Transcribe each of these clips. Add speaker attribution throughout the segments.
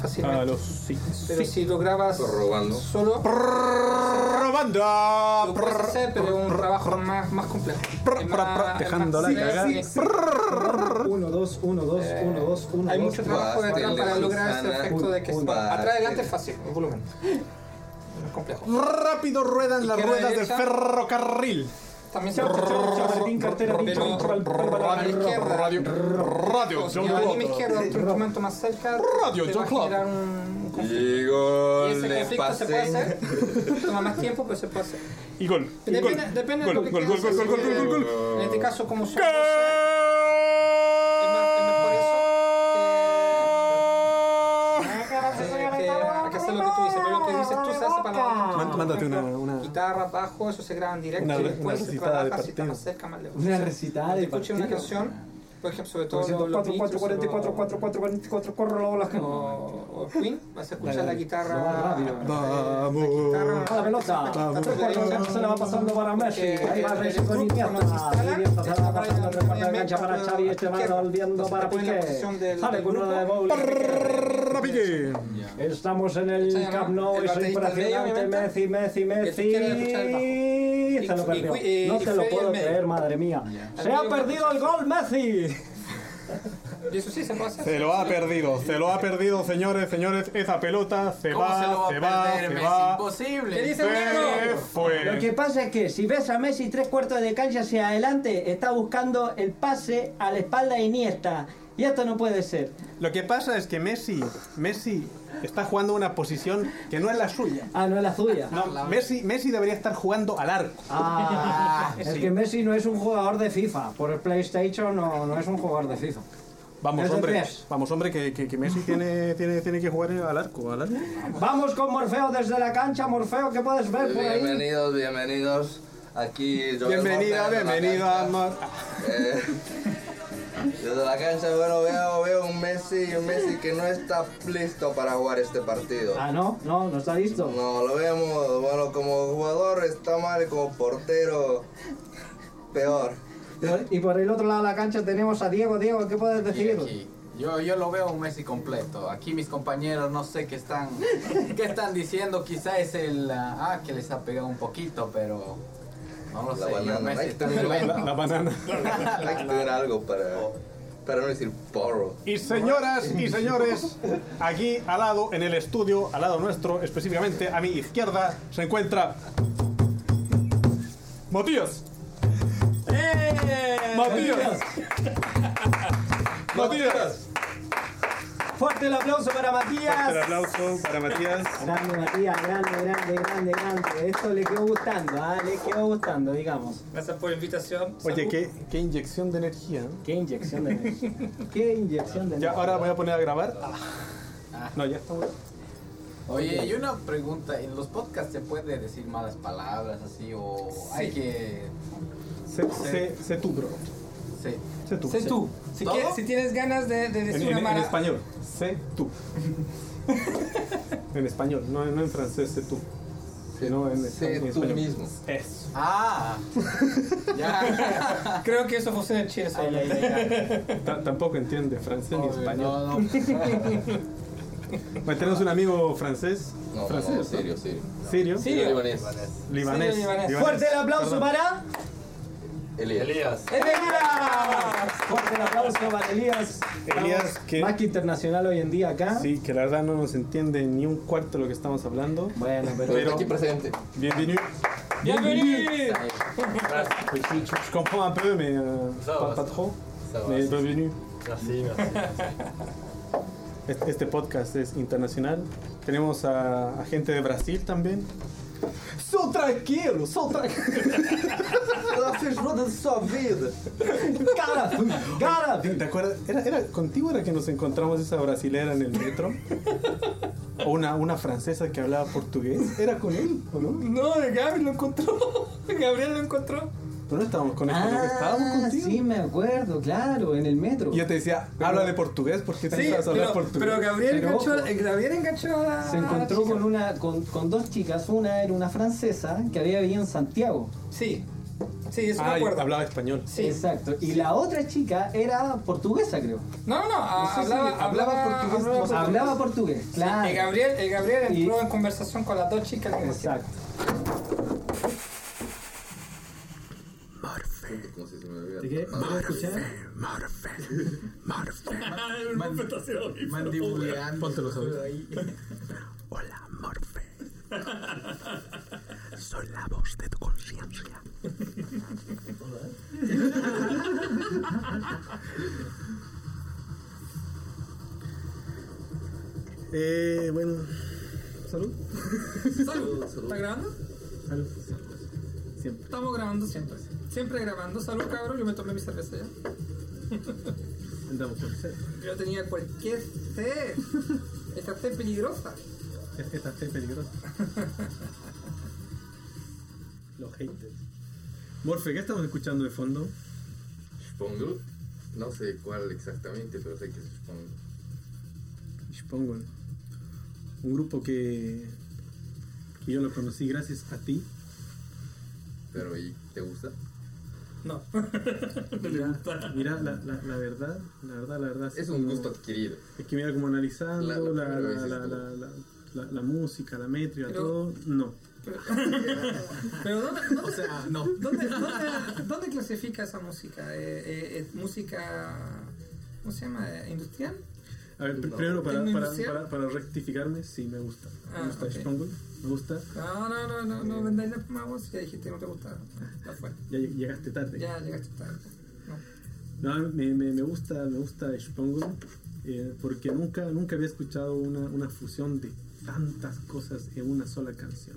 Speaker 1: fácilmente.
Speaker 2: A los Ah, sí.
Speaker 1: Pero si lo grabas
Speaker 3: Por robando.
Speaker 1: solo, lo puedes
Speaker 2: Robando.
Speaker 1: hacer, pero es un trabajo más, más complejo. Es más-
Speaker 2: Dejando
Speaker 1: es
Speaker 2: la
Speaker 1: más- sí,
Speaker 2: cagada.
Speaker 1: sí, sí.
Speaker 4: 1, 2, 1, 2, 1, 2, 1, 2.
Speaker 1: Hay mucho trabajo
Speaker 3: Vas,
Speaker 1: detrás para
Speaker 3: Susana,
Speaker 1: lograr ese efecto de que
Speaker 4: un-
Speaker 1: atrás adelante es fácil, el volumen. Es complejo.
Speaker 2: Rápido ruedan las
Speaker 1: Izquierda,
Speaker 2: ruedas del
Speaker 1: derecha.
Speaker 2: ferrocarril.
Speaker 1: También se a la izquierda.
Speaker 2: Radio. Radio.
Speaker 1: Si a la misma izquierda, otro instrumento más cerca,
Speaker 2: Radio,
Speaker 1: te
Speaker 2: John
Speaker 1: va a
Speaker 2: Club.
Speaker 1: generar un conflicto.
Speaker 3: Llegó
Speaker 1: Y ese
Speaker 3: el
Speaker 1: conflicto se puede
Speaker 3: pase.
Speaker 1: hacer. Toma más tiempo, pero se puede hacer.
Speaker 2: Y gol. y gol.
Speaker 1: Depende, depende de lo
Speaker 2: Gol,
Speaker 1: que
Speaker 2: gol,
Speaker 1: quieras
Speaker 2: gol, gol,
Speaker 1: hacer.
Speaker 2: gol, gol, gol, gol.
Speaker 1: En este caso, como son Eh, hay que hacer lo que tú dices, pero lo que dices tú se hace para la otra.
Speaker 2: Man- Mándate una. una-
Speaker 1: Guitarra, bajo, eso se graba en directo
Speaker 2: Una-
Speaker 1: y
Speaker 2: una
Speaker 1: después se
Speaker 2: recitada
Speaker 1: trabaja
Speaker 2: de
Speaker 1: si está más
Speaker 2: partido.
Speaker 1: cerca, más lejos.
Speaker 4: Una recitada de
Speaker 1: Escuché una canción, por ejemplo, sobre todo los
Speaker 4: 4, 4,
Speaker 1: Beatles
Speaker 4: 44,
Speaker 1: o-
Speaker 4: 4, 44, corro luego las camas.
Speaker 1: o, o Queen, vas a escuchar
Speaker 4: Dale, dale. Lo más
Speaker 1: la guitarra.
Speaker 4: rápido.
Speaker 2: Vamos.
Speaker 4: A Ah, la pelota.
Speaker 2: Vamos.
Speaker 4: 3, 4, se la va pasando para Messi.
Speaker 1: Eh,
Speaker 4: Ahí va Messi con Iniesta. Iniesta se la va pasando el reparto de cancha para Xavi. Este va devolviendo para Piqué. Sale con una de Bowling.
Speaker 2: Rapique.
Speaker 4: Estamos en el Camp Nou,
Speaker 1: El
Speaker 4: es
Speaker 1: baterista
Speaker 4: impresionante,
Speaker 1: del Bayern,
Speaker 4: Messi, Messi,
Speaker 1: que
Speaker 4: Messi.
Speaker 1: quiere escuchar el bajo.
Speaker 4: Se lo
Speaker 1: Y-
Speaker 4: perdió.
Speaker 1: y- eh,
Speaker 4: No
Speaker 1: y
Speaker 4: se lo
Speaker 1: Fede
Speaker 4: puedo
Speaker 1: al medio.
Speaker 4: creer, madre mía.
Speaker 1: Al
Speaker 4: Se ha
Speaker 1: medio
Speaker 4: perdido el gol, Messi.
Speaker 1: Y eso sí se puede hacer.
Speaker 2: Se lo ha perdido, se lo ha perdido, señores, señores. Esa pelota se
Speaker 5: ¿Cómo se lo
Speaker 2: va,
Speaker 5: va
Speaker 2: se
Speaker 5: a
Speaker 2: va,
Speaker 5: perder,
Speaker 2: se
Speaker 5: Messi?
Speaker 2: va.
Speaker 1: ¿Qué
Speaker 5: Imposible.
Speaker 1: dice el
Speaker 2: Se
Speaker 1: negro?
Speaker 2: fue.
Speaker 6: Lo que pasa es que si ves a Messi tres cuartos de cancha hacia adelante, está buscando el pase a la espalda de Iniesta. Y esto no puede ser.
Speaker 2: Lo que pasa es que Messi, Messi está jugando una posición que no es la suya.
Speaker 6: Ah, no es la suya.
Speaker 2: No, Messi, Messi debería estar jugando al arco.
Speaker 4: Ah, es
Speaker 2: Sí.
Speaker 4: que Messi no es un jugador de FIFA. Por el PlayStation no, no es un jugador de FIFA.
Speaker 2: Vamos,
Speaker 4: Es de
Speaker 2: hombre.
Speaker 4: tres.
Speaker 2: Vamos, hombre, que, que- que Messi tiene, tiene, tiene que jugar al arco, al arco.
Speaker 4: Vamos con Morfeo desde la cancha. Morfeo, ¿qué puedes ver por ahí?
Speaker 3: Bienvenidos, bienvenidos. Aquí yo
Speaker 2: Bienvenida,
Speaker 3: desde la
Speaker 2: bienvenida,
Speaker 3: cancha.
Speaker 2: amor.
Speaker 3: Eh, Desde la cancha, bueno, veo, veo un Messi, un Messi que no está listo para jugar este partido.
Speaker 4: Ah, no, no, no está listo.
Speaker 3: No, lo vemos, bueno, como jugador está mal, como portero, peor.
Speaker 4: Y por el otro lado de la cancha tenemos a Diego. Diego, ¿qué puedes
Speaker 5: Y
Speaker 4: decir?
Speaker 5: aquí, Yo, yo lo veo un Messi completo. Aquí mis compañeros no sé qué están, qué están diciendo. Quizá es el ah que les ha pegado un poquito, pero no
Speaker 3: La
Speaker 5: lo sé. Yo
Speaker 3: banana,
Speaker 5: Messi
Speaker 3: ahí
Speaker 5: está
Speaker 3: está.
Speaker 5: muy bueno.
Speaker 2: La banana.
Speaker 3: Hay que tener algo para, para no decir porro.
Speaker 2: Y señoras y señores, aquí al lado, en el estudio, al lado nuestro, específicamente a mi izquierda, se encuentra. ¡Matías! ¡Matías! ¡Matías!
Speaker 4: Fuerte el aplauso para
Speaker 2: El
Speaker 4: Matías.
Speaker 2: aplauso para Matías.
Speaker 6: Grande Matías, grande, grande, grande, grande. Esto le quedó gustando, ah, le quedó gustando, digamos.
Speaker 1: Gracias por la invitación.
Speaker 2: Oye,
Speaker 1: Salud.
Speaker 2: qué, qué inyección de energía. ¿no?
Speaker 6: Qué inyección de energía. Qué inyección de
Speaker 2: Ya,
Speaker 6: energía.
Speaker 2: ahora voy a poner a grabar. No, ya estamos.
Speaker 5: Oye, y una pregunta, ¿en los podcasts se puede decir malas palabras así o hay que
Speaker 2: Se, se, se tú, bro.
Speaker 5: sí.
Speaker 2: Se tú.
Speaker 1: Sé tú. Si,
Speaker 5: ¿Todo?
Speaker 1: quieres- si tienes ganas de, de
Speaker 2: En,
Speaker 1: decir
Speaker 2: en-
Speaker 1: una
Speaker 2: en
Speaker 1: mala.
Speaker 2: español, sé tú. en español, no, no en francés, sé tú. Sino en,
Speaker 3: Sé
Speaker 2: en
Speaker 3: tú
Speaker 2: español.
Speaker 3: mismo.
Speaker 2: Eso.
Speaker 5: Ah. ya.
Speaker 1: Ah, Creo que eso funciona en Chile.
Speaker 6: Ay,
Speaker 1: solo.
Speaker 6: ay, ay, ay.
Speaker 2: Ta- tampoco entiende francés ni español.
Speaker 5: No, no.
Speaker 2: Bueno, tenemos un amigo francés.
Speaker 3: No, no,
Speaker 2: francés,
Speaker 3: no, serio, serio.
Speaker 2: Sirio.
Speaker 1: Sí,
Speaker 3: Libanés.
Speaker 2: Libanés.
Speaker 1: Sirio, libanés.
Speaker 4: Fuerte el aplauso
Speaker 2: Perdón.
Speaker 4: para.
Speaker 3: Elías.
Speaker 1: ¡Es negra!
Speaker 4: Fuerte el aplauso para Elías.
Speaker 2: Elías, que-
Speaker 4: Más que internacional hoy en día acá.
Speaker 2: Sí, que la verdad no nos entiende ni un cuarto de lo que estamos hablando.
Speaker 4: Bueno, pero.
Speaker 3: Pero está aquí presente.
Speaker 2: Bienvenido.
Speaker 1: ¡Bienvenido!
Speaker 2: Je, je- je comprends un peu, mais euh,
Speaker 7: Ça
Speaker 2: pas,
Speaker 7: va,
Speaker 2: pas
Speaker 7: ça
Speaker 2: trop.
Speaker 7: Ça va,
Speaker 2: Mais
Speaker 7: ça va.
Speaker 2: bienvenue.
Speaker 7: Merci, merci.
Speaker 2: Este, este podcast es internacional. Tenemos a, a gente de Brasil también. Sou tranquilo, sou tranquilo.
Speaker 3: Ela fez roda de sua vida.
Speaker 4: Cara, cara.
Speaker 2: ¿Te acuerdas? Era, era contigo era que nos encontramos esa brasilera en el metro. O una, una francesa que hablaba portugués. Era con él, ¿o no?
Speaker 1: No, Gabriel lo encontró. Gabriel lo encontró.
Speaker 2: Pero no estábamos con él, creo que estábamos
Speaker 6: Ah,
Speaker 2: contigo.
Speaker 6: sí, me acuerdo, claro, en el metro.
Speaker 2: Y yo te decía, habla de portugués porque te
Speaker 1: Sí,
Speaker 2: sabes hablar
Speaker 1: pero,
Speaker 2: portugués.
Speaker 1: pero Gabriel,
Speaker 6: Pero
Speaker 1: enganchó,
Speaker 6: ojo.
Speaker 1: eh, Gabriel enganchó a la.
Speaker 6: Se encontró con una con, con dos chicas, una era una francesa que había vivido en Santiago.
Speaker 1: Sí, Sí, eso
Speaker 8: Ah,
Speaker 1: me
Speaker 8: y
Speaker 1: acuerdo.
Speaker 8: hablaba español.
Speaker 1: Sí.
Speaker 6: Exacto. Y la otra chica era portuguesa, creo.
Speaker 1: No, no, a-
Speaker 6: No sé si
Speaker 1: hablaba,
Speaker 6: hablaba portugués,
Speaker 1: hablaba
Speaker 6: no sé. Hablaba portugués, claro.
Speaker 1: El Gabriel, el Gabriel
Speaker 6: Y-
Speaker 1: entró en conversación con las dos chicas. que decía,
Speaker 6: Exacto.
Speaker 3: Como si se me hubiera-
Speaker 2: ¿De qué? ¿Me puedo escuchar?
Speaker 5: Mandibuleando.
Speaker 2: Ponte los audios.
Speaker 5: ahí.
Speaker 9: Hola, Morfe. Soy la voz de tu conciencia.
Speaker 8: Eh, bueno.
Speaker 2: Salud.
Speaker 1: Salud, ¿está grabando?
Speaker 2: Salud. Siempre.
Speaker 1: Estamos grabando siempre. Siempre grabando. Salud, cabrón. Yo me tomé mi cerveza ya.
Speaker 2: Andamos con sed.
Speaker 1: Yo tenía cualquier té. Esta té peligrosa.
Speaker 2: Es- Esta fe es peligrosa. Los haters. Morfe, ¿qué estamos escuchando de fondo?
Speaker 3: Supongo. No sé cuál exactamente, pero sé que es supongo.
Speaker 2: Shpongon. Un grupo que, que yo lo conocí gracias a ti.
Speaker 3: Pero ¿y te gusta?
Speaker 1: No.
Speaker 2: Mira, mira, la, la- la verdad, la verdad, la verdad.
Speaker 3: Es un
Speaker 2: como-
Speaker 3: gusto adquirido.
Speaker 2: Es que mira como
Speaker 3: La-
Speaker 2: analizando
Speaker 3: la
Speaker 2: la,
Speaker 3: primera
Speaker 2: la,
Speaker 3: vez
Speaker 2: la,
Speaker 3: es
Speaker 2: la, la- la- la música, la métrica,
Speaker 1: Pero-
Speaker 2: todo, no.
Speaker 1: Pero ¿dónde, dónde,
Speaker 5: O sea, no.
Speaker 1: dónde- dónde- dónde clasifica esa música? Eh, eh, ¿Es música. ¿Cómo se llama? ¿Eh, ¿Industrial?
Speaker 2: A ver, pr-
Speaker 3: No.
Speaker 2: primero para, para,
Speaker 1: Industrial.
Speaker 2: para, para rectificarme, sí, me gusta.
Speaker 1: Ah,
Speaker 2: me gusta
Speaker 1: ok.
Speaker 2: Shpongon, me gusta.
Speaker 1: No, no, no, no, no vendáis la misma voz. Ya dijiste que no te gustaba. Ya fue.
Speaker 2: Ya lleg- llegaste tarde.
Speaker 1: Ya llegaste tarde. No.
Speaker 2: No, me, me, me gusta, me gusta Shpongon, eh, porque nunca, nunca había escuchado una, una fusión de tantas cosas en una sola canción.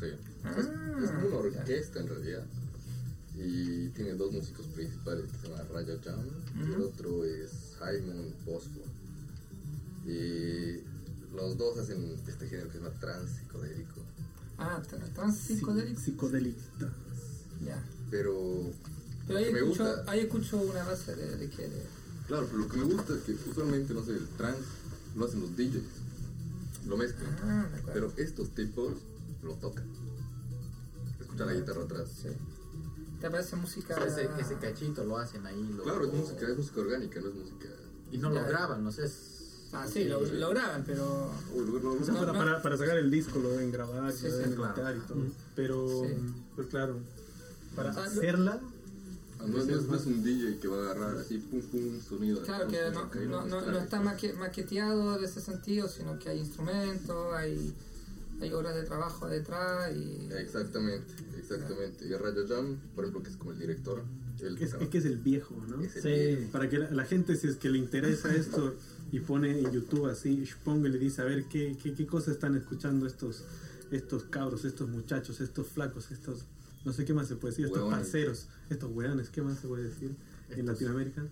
Speaker 3: Sí. Es, es
Speaker 1: Ah.
Speaker 3: como una orquesta en realidad. Y tiene dos músicos principales que se llama Raja Jam y el otro es Simon Bosford. Y los dos hacen este género que se llama trance psicodélico.
Speaker 1: Ah, tra- trans psicodélico.
Speaker 2: Psicodélico.
Speaker 1: Ya.
Speaker 3: Pero
Speaker 1: Pero ahí
Speaker 3: Me
Speaker 1: escucho,
Speaker 3: gusta.
Speaker 1: ahí escucho una base de, de que. de-
Speaker 3: Claro, pero lo que me gusta es que usualmente, no sé, el trance lo hacen los DJs, lo mezclan,
Speaker 1: Ah, de acuerdo.
Speaker 3: pero estos tipos lo tocan. Escuchan la guitarra atrás.
Speaker 1: Ah, Sí. ¿Te parece música?
Speaker 5: Ese, ese cachito lo hacen ahí. Lo,
Speaker 3: Claro, es música, es música orgánica, no es música...
Speaker 5: Y no
Speaker 1: Ya.
Speaker 5: lo graban, no sé.
Speaker 1: Ah, sí, lo, lo graban, pero.
Speaker 3: Uy, lo- lo- lo-
Speaker 2: O sea,
Speaker 1: No,
Speaker 2: para,
Speaker 1: no.
Speaker 2: para, para sacar el disco lo deben grabar,
Speaker 1: Sí,
Speaker 2: lo
Speaker 1: sí,
Speaker 2: deben
Speaker 5: claro.
Speaker 2: cortar y todo. Pero,
Speaker 1: Sí. Ah,
Speaker 2: pero claro, para
Speaker 1: O sea, lo-
Speaker 2: hacerla,
Speaker 3: no, es- no es, no es un DJ que va a agarrar así, pum, pum, sonido.
Speaker 1: Claro que no,
Speaker 3: Ok,
Speaker 1: no, no,
Speaker 3: mezclar.
Speaker 1: no está maque- maqueteado en ese sentido, sino que hay instrumentos, hay, hay horas de trabajo detrás y.
Speaker 3: Exactamente, exactamente. Y Rayo Jam, por ejemplo, que es como el director, él
Speaker 2: es,
Speaker 3: tocaba.
Speaker 2: es que es el viejo, ¿no?
Speaker 3: Es el
Speaker 2: Sí. Para que la, la gente, si es que le interesa esto y pone en YouTube así, pongo y le dice, a ver, ¿qué, qué, qué cosas están escuchando estos, estos cabros, estos muchachos, estos flacos, estos, no sé qué más se puede decir, estos
Speaker 3: Hueones.
Speaker 2: parceros, estos weones, ¿qué más se puede decir en
Speaker 5: Estos-
Speaker 2: Latinoamérica?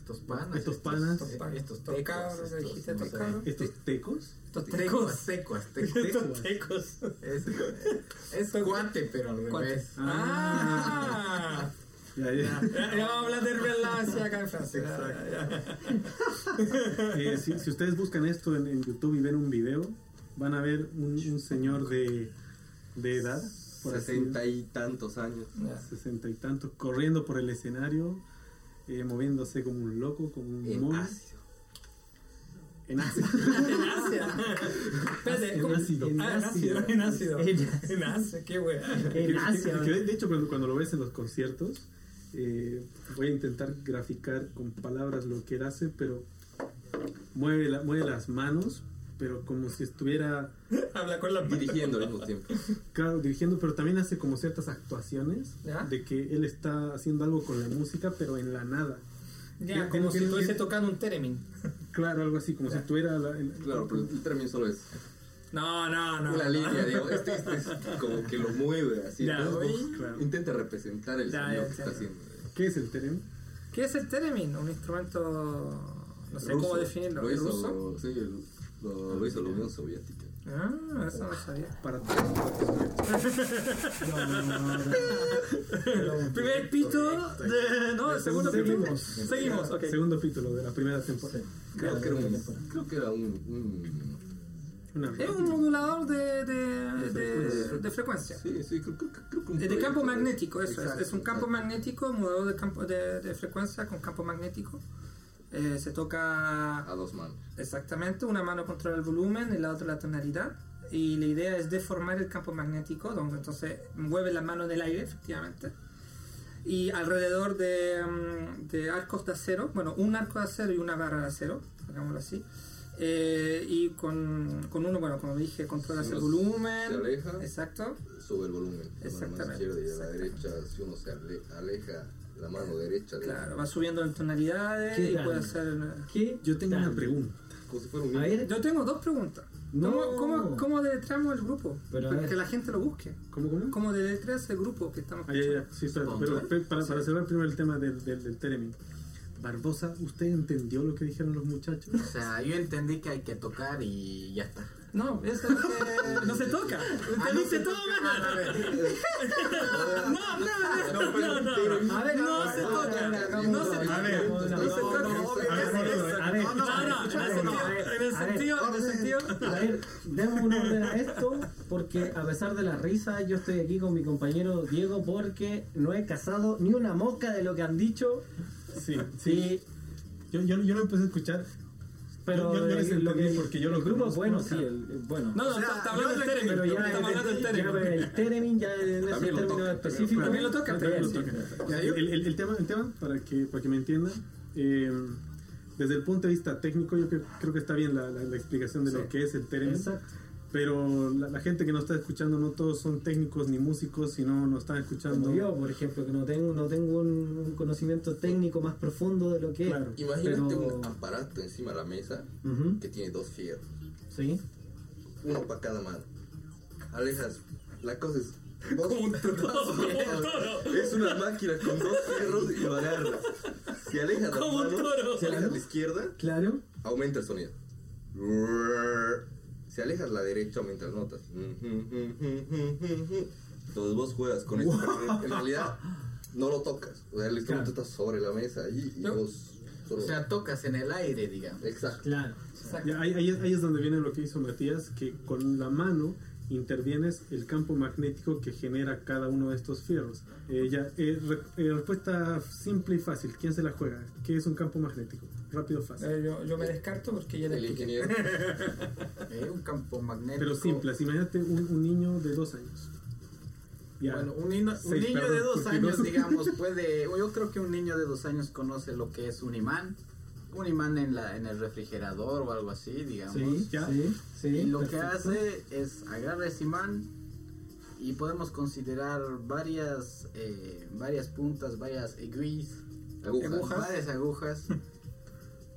Speaker 5: Estos panas.
Speaker 2: Estos panas.
Speaker 5: Estos,
Speaker 1: Estos
Speaker 5: estos
Speaker 1: panas.
Speaker 5: tecas.
Speaker 1: Estos
Speaker 5: estos,
Speaker 1: dijiste,
Speaker 5: no
Speaker 1: estos
Speaker 5: sé.
Speaker 1: cabros.
Speaker 2: ¿Estos tecos?
Speaker 1: Estos
Speaker 5: Tecuas,
Speaker 1: tecos.
Speaker 5: tecuas, te- tecuas. Es, es cuate, pero al revés.
Speaker 1: ¡Ah!
Speaker 2: Ya, ya.
Speaker 1: Ya ya vamos a hablar de relevancia acá en Francia.
Speaker 2: Eh, si, si ustedes buscan esto en, en YouTube y ven un video, van a ver un, un señor de, de edad, por así
Speaker 3: Sesenta y tantos años.
Speaker 1: Ya.
Speaker 2: sesenta y tantos, corriendo por el escenario, eh, moviéndose como un loco, como un
Speaker 1: En
Speaker 2: mono.
Speaker 3: ácido.
Speaker 2: En ácido.
Speaker 1: En Asia. Espérate,
Speaker 2: En
Speaker 1: ¿cómo?
Speaker 2: ácido.
Speaker 1: Ah, en ácido, en ácido. En ácido, qué wea.
Speaker 2: Que-
Speaker 6: En
Speaker 2: que-
Speaker 6: Asia,
Speaker 2: que de- de hecho, cuando, cuando lo ves en los conciertos, eh, voy a intentar graficar con palabras lo que él hace, pero mueve, la- mueve las manos, pero como si estuviera...
Speaker 1: Habla con la
Speaker 3: Dirigiendo al mismo tiempo.
Speaker 2: Claro, dirigiendo, pero también hace como ciertas actuaciones
Speaker 1: ¿Ya?
Speaker 2: de que él está haciendo algo con la música, pero en la nada.
Speaker 1: Ya,
Speaker 2: Tiene-
Speaker 1: como
Speaker 2: tiene-
Speaker 1: si
Speaker 2: tiene-
Speaker 1: estuviese
Speaker 2: tiene-
Speaker 1: tocando un theremin.
Speaker 2: Claro, algo así, como si estuviera... la- en-
Speaker 3: Claro, pero el término solo es
Speaker 1: No, no, no.
Speaker 3: una
Speaker 1: no.
Speaker 3: línea, digo, este, este es como que lo mueve así.
Speaker 1: Ya,
Speaker 3: entonces,
Speaker 1: oí.
Speaker 3: vos claro. Intenta representar el
Speaker 1: Ya,
Speaker 3: sonido
Speaker 1: ya,
Speaker 3: que
Speaker 1: ya,
Speaker 3: está
Speaker 1: ya.
Speaker 3: haciendo. eh.
Speaker 2: ¿Qué es el terem?
Speaker 1: ¿Qué es el theremin? Un instrumento. No sé
Speaker 3: Ruso.
Speaker 1: cómo definirlo.
Speaker 3: Lo
Speaker 1: ¿Es
Speaker 3: hizo,
Speaker 1: ruso?
Speaker 3: sí, el- lo, lo hizo la Unión Soviética.
Speaker 1: Ah, eso no sabía.
Speaker 2: Para
Speaker 1: Primer pito. de- No, segundo pito.
Speaker 2: Seguimos.
Speaker 1: Seguimos, ok.
Speaker 2: Segundo título de la primera temporada.
Speaker 3: Creo que era un, creo que era un, un
Speaker 2: Una
Speaker 1: Es un modulador de, de, de- de frecuencia.
Speaker 3: pues, Sí, sí, creo, creo- creo- creo que un
Speaker 1: Eh, De
Speaker 3: proyecto
Speaker 1: campo
Speaker 3: de-
Speaker 1: magnético, eso es.
Speaker 3: Exacto,
Speaker 1: Es un campo
Speaker 3: exacto.
Speaker 1: magnético, modulador de, campo, de, de frecuencia con campo magnético. Eh, se toca
Speaker 3: A dos manos.
Speaker 1: Exactamente, una mano controla el volumen y la otra la tonalidad. Y la idea es deformar el campo magnético, donde entonces mueve la mano en el aire, efectivamente. Y alrededor de, mm, de arcos de acero, bueno, un arco de acero y una barra de acero, hagámoslo así. Eh, y con, con uno, bueno, como dije, controlas
Speaker 3: Si
Speaker 1: el
Speaker 3: uno
Speaker 1: volumen.
Speaker 3: se aleja.
Speaker 1: Exacto.
Speaker 3: Sube el volumen. La mano
Speaker 1: Exactamente,
Speaker 3: izquierda y a la
Speaker 1: exactamente.
Speaker 3: derecha, si uno se ale- aleja la mano derecha, de-
Speaker 1: Claro, va subiendo en tonalidades
Speaker 6: Qué
Speaker 1: y
Speaker 6: grande.
Speaker 1: puede hacer.
Speaker 6: ¿Qué?
Speaker 2: Yo tengo una
Speaker 6: tal?
Speaker 2: pregunta.
Speaker 3: como si fuera un
Speaker 6: A
Speaker 3: niño.
Speaker 6: ver,
Speaker 1: Yo tengo dos preguntas.
Speaker 6: No.
Speaker 1: ¿Cómo, cómo, cómo detramos el grupo?
Speaker 6: Pero a
Speaker 1: Para
Speaker 6: ver.
Speaker 1: que la gente lo busque.
Speaker 2: ¿Cómo, cómo?
Speaker 1: como de detrás el grupo que estamos
Speaker 2: Ah, ya,
Speaker 1: escuchando.
Speaker 2: ya. Sí, espérate, pero pe- para, para cerrar primero el tema del, del, del término. Barbosa, ¿usted entendió lo que dijeron los muchachos?
Speaker 5: O sea, yo entendí que hay que tocar y ya está.
Speaker 1: No, eso es que no se toca. Te dice todo,
Speaker 5: Ah,
Speaker 1: mano. No, no, no, no, no, no.
Speaker 6: A ver,
Speaker 1: No se toca. No se toca.
Speaker 6: A ver,
Speaker 1: No se toca.
Speaker 6: a ver, a ver,
Speaker 1: No, no, en el
Speaker 6: no, a ver,
Speaker 1: sentido- en el
Speaker 6: a ver.
Speaker 1: sentido, en el sentido.
Speaker 6: A ver, demos un orden a esto, porque a pesar de la risa, yo estoy aquí con mi compañero Diego porque no he cazado ni una mosca de lo que han dicho.
Speaker 2: Sí, sí.
Speaker 6: Sí,
Speaker 2: Yo, yo, yo lo empecé a escuchar.
Speaker 6: pero
Speaker 2: Yo- yo- yo les
Speaker 6: eh, lo
Speaker 2: entendí
Speaker 6: que-
Speaker 2: porque yo
Speaker 6: el
Speaker 2: los
Speaker 6: grupo es
Speaker 2: conozco
Speaker 6: bueno,
Speaker 2: acá.
Speaker 6: sí, el, el- bueno.
Speaker 1: No, no, está está hablando del término.
Speaker 6: pero ya
Speaker 1: Estamos hablando del
Speaker 6: ya
Speaker 1: término.
Speaker 6: el Teremin, ya en ese
Speaker 3: También lo
Speaker 6: término
Speaker 3: toca,
Speaker 6: específico.
Speaker 1: también lo toca. También lo
Speaker 6: Bien,
Speaker 1: toca.
Speaker 6: sí.
Speaker 2: Ya, el, el- el tema, el tema para, que, para que me entiendan, eh, desde el punto de vista técnico, yo cre- creo que está bien la, la- la explicación de
Speaker 6: Sí.
Speaker 2: lo que es el término.
Speaker 6: Exacto.
Speaker 2: Pero la, la gente que nos está escuchando, no todos son técnicos ni músicos, sino nos están escuchando.
Speaker 6: Como yo, por ejemplo, que no tengo, no tengo un, un conocimiento técnico más profundo de lo que
Speaker 2: Claro.
Speaker 6: es.
Speaker 3: Imagínate
Speaker 6: pero-
Speaker 3: un aparato encima de la mesa
Speaker 6: Ujú,
Speaker 3: que tiene dos fierros,
Speaker 6: Sí.
Speaker 3: uno para cada mano. Alejas, la cosa es. vos- dos fierros. Es una máquina con dos fierros y lo agarras. Si alejas la mano, si alejas la izquierda,
Speaker 6: Claro.
Speaker 3: aumenta el sonido. Si alejas la derecha, aumenta las notas. Entonces vos juegas con eso, pero en realidad no lo tocas. O sea, el instrumento está sobre la mesa y, y vos
Speaker 5: O
Speaker 3: solo.
Speaker 5: sea, tocas en el aire, digamos.
Speaker 3: Exacto.
Speaker 6: Claro.
Speaker 2: Ya, ahí, ahí es, ahí es donde viene lo que hizo Matías, que con la mano intervienes el campo magnético que genera cada uno de estos fierros. Eh, ya, eh, re- eh, respuesta simple y fácil. ¿Quién se la juega? ¿Qué es un campo magnético? Rápido, fácil.
Speaker 1: Eh, Yo, yo me descarto porque ya le
Speaker 3: El
Speaker 1: expliqué.
Speaker 3: ingeniero.
Speaker 5: Eh, un campo magnético.
Speaker 2: Pero simple, así, imagínate un, un niño de dos años. Ya.
Speaker 5: Bueno, un, niño- un
Speaker 2: Seis
Speaker 5: niño de
Speaker 2: perros
Speaker 5: dos
Speaker 2: curtidos.
Speaker 5: años, digamos, puede. Yo creo que un niño de dos años conoce lo que es un imán. Un imán en, la, en el refrigerador o algo así, digamos.
Speaker 6: Sí,
Speaker 2: Ya.
Speaker 6: sí,
Speaker 5: Y
Speaker 6: sí.
Speaker 5: lo que
Speaker 6: perfecto.
Speaker 5: hace es agarra ese imán y podemos considerar varias eh, varias puntas, varias aiguillas,
Speaker 3: Agujas.
Speaker 5: varias agujas.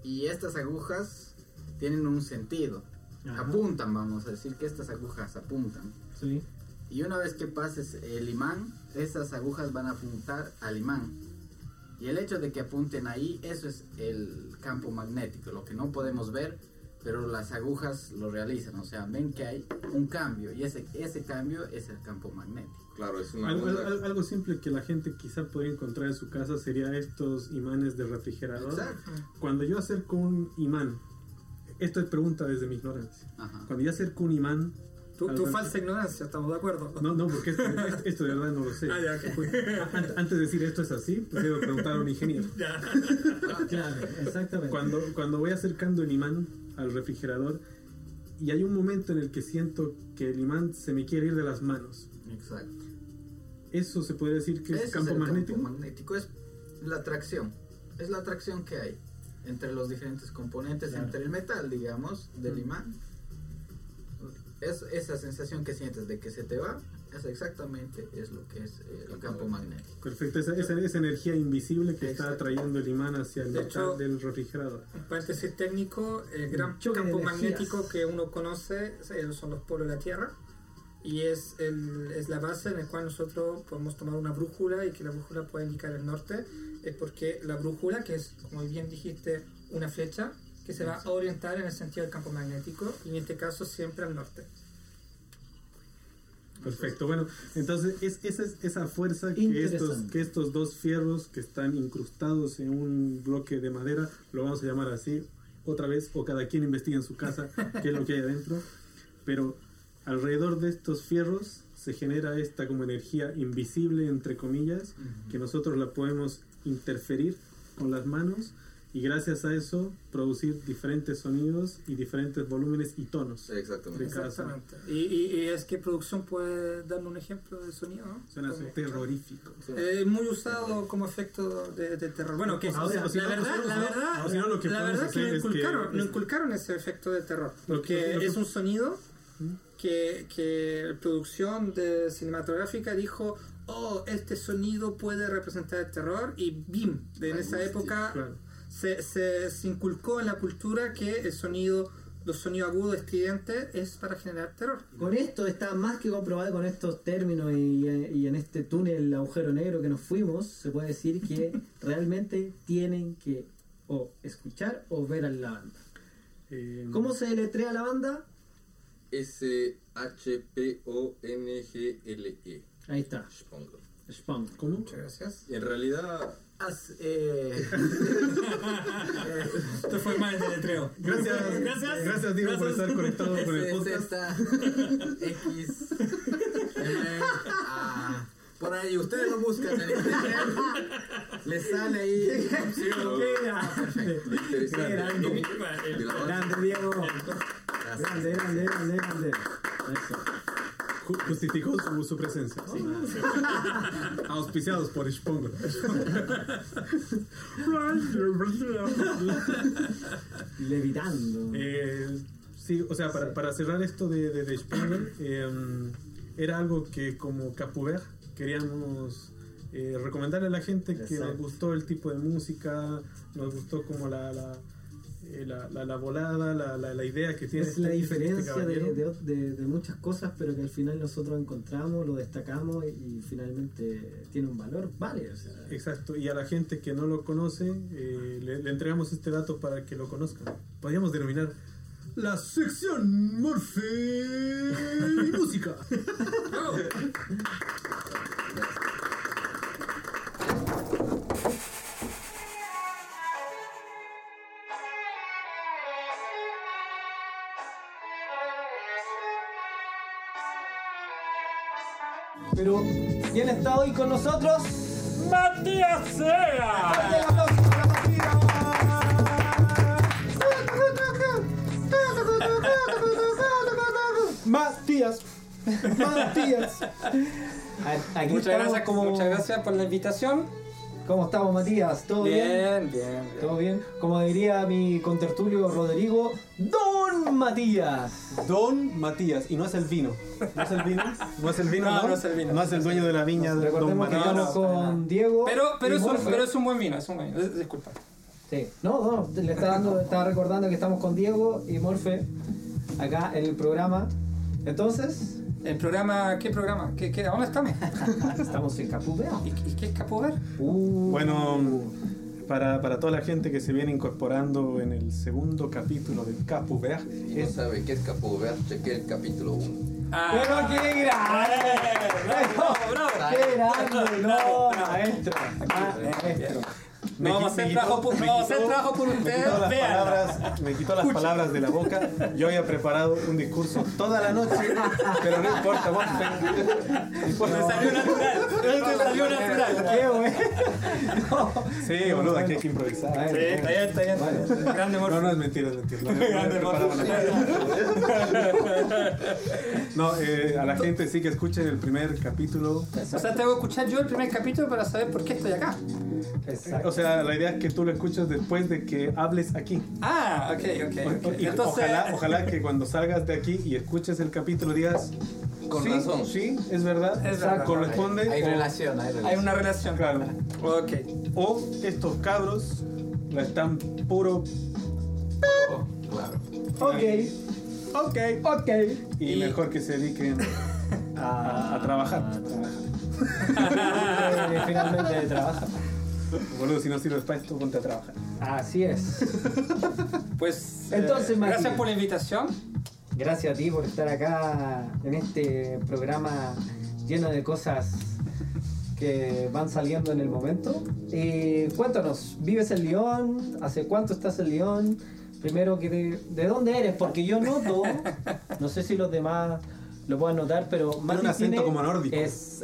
Speaker 5: y estas agujas tienen un sentido.
Speaker 6: Ajá.
Speaker 5: Apuntan, vamos a decir que estas agujas apuntan.
Speaker 6: Sí.
Speaker 5: Y una vez que pases el imán, esas agujas van a apuntar al imán. Y el hecho de que apunten ahí, eso es el campo magnético, lo que no podemos ver, pero las agujas lo realizan. O sea, ven que hay un cambio y ese, ese cambio es el campo magnético.
Speaker 3: Claro, es una
Speaker 2: Algo,
Speaker 3: onda.
Speaker 2: algo- algo simple que la gente quizá podría encontrar en su casa sería estos imanes de refrigerador.
Speaker 5: Exacto.
Speaker 2: Cuando yo acerco un imán, esto es pregunta desde mi ignorancia.
Speaker 5: Ajá.
Speaker 2: Cuando yo acerco un imán
Speaker 1: Tu, tu
Speaker 2: Alberto.
Speaker 1: falsa ignorancia, estamos de acuerdo.
Speaker 2: No, no, porque esto, esto- esto de verdad no lo sé.
Speaker 1: Ah, ya, ok.
Speaker 2: Pues, a- an- antes de decir esto es así, prefiero preguntar a un ingeniero.
Speaker 6: Claro, exactamente.
Speaker 2: Cuando, cuando voy acercando el imán al refrigerador y hay un momento en el que siento que el imán se me quiere ir de las manos,
Speaker 5: Exacto.
Speaker 2: ¿eso se puede decir que
Speaker 5: Ese
Speaker 2: es campo
Speaker 5: el
Speaker 2: magnético?
Speaker 5: Campo magnético es la atracción. Es la atracción que hay entre los diferentes componentes, entre el metal, digamos, del imán. Es, esa sensación que sientes de que se te va, es exactamente es lo que es eh, el campo magnético.
Speaker 2: Perfecto, esa, esa, esa energía invisible que está
Speaker 5: Exacto.
Speaker 2: atrayendo el imán hacia el
Speaker 1: De
Speaker 2: metal
Speaker 1: hecho-
Speaker 2: del refrigerador.
Speaker 1: Paréntesis técnico, el gran
Speaker 6: Choque de
Speaker 1: campo
Speaker 6: energías.
Speaker 1: magnético que uno conoce eh, son los polos de la Tierra y es, el- es la base en la cual nosotros podemos tomar una brújula y que la brújula puede indicar el norte, es porque la brújula, que es, como bien dijiste, una flecha que se va a orientar en el sentido del campo magnético y en este caso siempre al norte.
Speaker 2: Perfecto, bueno, entonces es, esa es esa fuerza que estos,
Speaker 6: Interesante.
Speaker 2: que estos dos fierros que están incrustados en un bloque de madera, lo vamos a llamar así, otra vez, o cada quien investiga en su casa qué es lo que hay adentro,
Speaker 7: Pero alrededor de estos fierros se genera esta como energía invisible, entre comillas, que nosotros la podemos interferir con las manos y gracias a eso producir diferentes sonidos y diferentes volúmenes y tonos.
Speaker 3: Sí, exactamente.
Speaker 7: de cada sonido.
Speaker 1: Exactamente. Y, y- y es que producción puede darme un ejemplo de sonido, ¿no?
Speaker 7: Suena
Speaker 1: Como-
Speaker 7: terrorífico.
Speaker 1: Eh, muy usado como efecto de, de terror. Bueno, que
Speaker 7: Ahora,
Speaker 1: o sea,
Speaker 7: o si
Speaker 1: la
Speaker 7: no,
Speaker 1: verdad,
Speaker 7: nosotros
Speaker 1: la
Speaker 7: no-
Speaker 1: verdad,
Speaker 7: o si no, lo que
Speaker 1: la
Speaker 7: podemos
Speaker 1: verdad que
Speaker 7: hacer
Speaker 1: no
Speaker 7: es que-
Speaker 1: inculcaron, no
Speaker 7: es-
Speaker 1: inculcaron ese efecto de terror,
Speaker 7: Lo que-
Speaker 1: porque
Speaker 7: lo que- ¿Mm?
Speaker 1: es un sonido que, que producción de cinematográfica dijo, oh, este sonido puede representar el terror y bim, de- en esa
Speaker 3: Angustia,
Speaker 1: época
Speaker 7: claro.
Speaker 1: se, se, se inculcó en la cultura que el sonido, los sonidos agudos, estridentes, es para generar terror.
Speaker 10: Con esto está más que comprobado con estos términos y, y en este túnel agujero negro que nos fuimos, se puede decir que realmente tienen que o escuchar o ver a la banda.
Speaker 7: Eh,
Speaker 10: ¿Cómo se deletrea la banda?
Speaker 3: S-H-P-O-N-G-L-E.
Speaker 10: Ahí está,
Speaker 3: Spongle.
Speaker 10: Spawn.
Speaker 7: ¿Cómo?
Speaker 1: Muchas gracias.
Speaker 3: E, Y en realidad,
Speaker 5: As- eh,
Speaker 1: Esto fue mal el deletreo.
Speaker 7: Gracias, gracias, Diego, por estar conectado con el
Speaker 5: Z,
Speaker 7: podcast.
Speaker 5: X, M, A. Por ahí, ustedes lo buscan en internet. Les sale ahí.
Speaker 3: interesante. De la banda.
Speaker 10: Grande, Diego. Grande, grande, grande, grande. Eso.
Speaker 7: Ju- Justificó su, su presencia. Auspiciados por Spongo.
Speaker 10: Levitando.
Speaker 7: Eh, sí, o sea, para, para cerrar esto de, de, de Spengler, eh, era algo que como Capuver queríamos eh, recomendarle a la gente que
Speaker 10: Exacto.
Speaker 7: nos gustó el tipo de música, nos gustó como la, la, eh, la, la- la volada, la, la, la idea que tiene.
Speaker 10: Es la
Speaker 7: este- este
Speaker 10: diferencia de,
Speaker 7: caballero.
Speaker 10: de- de- de muchas cosas, pero que al final nosotros encontramos, lo destacamos y, y finalmente tiene un valor, vale. O sea,
Speaker 7: Exacto, y a la gente que no lo conoce, eh, le, le entregamos este dato para que lo conozcan. Podríamos denominar la sección Morfe y Música.
Speaker 6: Pero, ¿quién está hoy con nosotros?
Speaker 1: ¡Matías Sea!
Speaker 6: ¡Fuerte el aplauso para Matías! Matías, Matías. A ver, Aquí
Speaker 1: Muchas
Speaker 6: estamos
Speaker 1: gracias,
Speaker 6: como,
Speaker 1: muchas gracias por la invitación.
Speaker 6: ¿Cómo estamos, Matías? ¿Todo
Speaker 1: Bien, bien, bien.
Speaker 6: ¿Todo bien? Como diría mi contertulio Rodrigo, Don Matías.
Speaker 2: Don Matías, y no es el vino. ¿No es el vino? No es el vino,
Speaker 1: No,
Speaker 2: ¿no?
Speaker 1: no es el vino.
Speaker 2: No es el dueño de la viña de Don
Speaker 6: Recordemos que
Speaker 2: Matías.
Speaker 6: estamos con Diego.
Speaker 1: Pero, pero,
Speaker 6: y
Speaker 1: es un,
Speaker 6: Morfe.
Speaker 1: pero es un buen vino, es un buen vino. Dis- Disculpa.
Speaker 6: Sí. No, no, le está dando, está recordando que estamos con Diego y Morfe acá en el programa. Entonces,
Speaker 1: El programa, ¿qué programa? ¿Qué, qué, ¿Dónde estamos?
Speaker 6: estamos en Capuvea.
Speaker 1: ¿Y, y qué es Capover?
Speaker 6: Uh,
Speaker 2: Bueno, para, para toda la gente que se viene incorporando en el segundo capítulo del Capu Bear,
Speaker 3: Y no sabe qué es Capo Ver, chequé el capítulo 1.
Speaker 1: Ah,
Speaker 6: pero qué grande.
Speaker 1: ¡Bravo, bravo!
Speaker 6: Qué grande, no,
Speaker 1: Bravo,
Speaker 6: maestro. Ah, Maestro.
Speaker 1: No vamos a hacer trabajo por, no vamos a hacer trabajo por
Speaker 2: me quitó
Speaker 1: ustedes,
Speaker 2: las
Speaker 1: vean.
Speaker 2: palabras, me quitó las palabras de la boca. Yo había preparado un discurso toda la noche, pero no importa, Morfe. No importa.
Speaker 1: Me salió natural, me salió natural.
Speaker 6: Qué bueno. No.
Speaker 2: Sí, boludo, aquí hay que improvisar.
Speaker 1: Sí, está bien, está bien. Grande
Speaker 2: No,
Speaker 1: Morfeo.
Speaker 2: no, es mentira, es mentira. No, no, no,
Speaker 1: Grande
Speaker 2: no, no, no, no, no.
Speaker 1: Morfeo.
Speaker 2: No, eh, a la gente sí que escuche el primer capítulo.
Speaker 1: O sea, tengo que escuchar yo el primer capítulo para saber por qué estoy acá.
Speaker 2: O sea, la idea es que tú lo escuches después de que hables aquí.
Speaker 1: Ah, ok, ok. ok.
Speaker 2: Y
Speaker 1: Entonces,
Speaker 2: ojalá, ojalá que cuando salgas de aquí y escuches el capítulo digas,
Speaker 3: Con
Speaker 2: sí,
Speaker 3: razón.
Speaker 2: sí, es verdad,
Speaker 1: Es verdad.
Speaker 2: corresponde.
Speaker 5: Hay
Speaker 2: o-
Speaker 5: relación, hay relación.
Speaker 1: hay una relación.
Speaker 2: Claro.
Speaker 1: Ok.
Speaker 2: O estos cabros la están puro.
Speaker 6: Ok, Eh,
Speaker 2: Ok.
Speaker 6: ok.
Speaker 2: Y,
Speaker 1: Y-
Speaker 2: mejor que se dediquen a, a trabajar.
Speaker 6: Eh, Finalmente trabaja.
Speaker 2: Boludo, si no sirves para esto, ponte a trabajar.
Speaker 6: Así es.
Speaker 1: Pues eh,
Speaker 6: Entonces, Matías.
Speaker 1: gracias por la invitación.
Speaker 6: Gracias a ti por estar acá en este programa lleno de cosas que van saliendo en el momento. Eh, cuéntanos, ¿vives en León? ¿Hace cuánto estás en León? Primero, que te- ¿de dónde eres? Porque yo noto, No sé si los demás lo puedan notar, pero Martin
Speaker 2: un acento
Speaker 6: tiene-
Speaker 2: como nórdico.
Speaker 6: Es...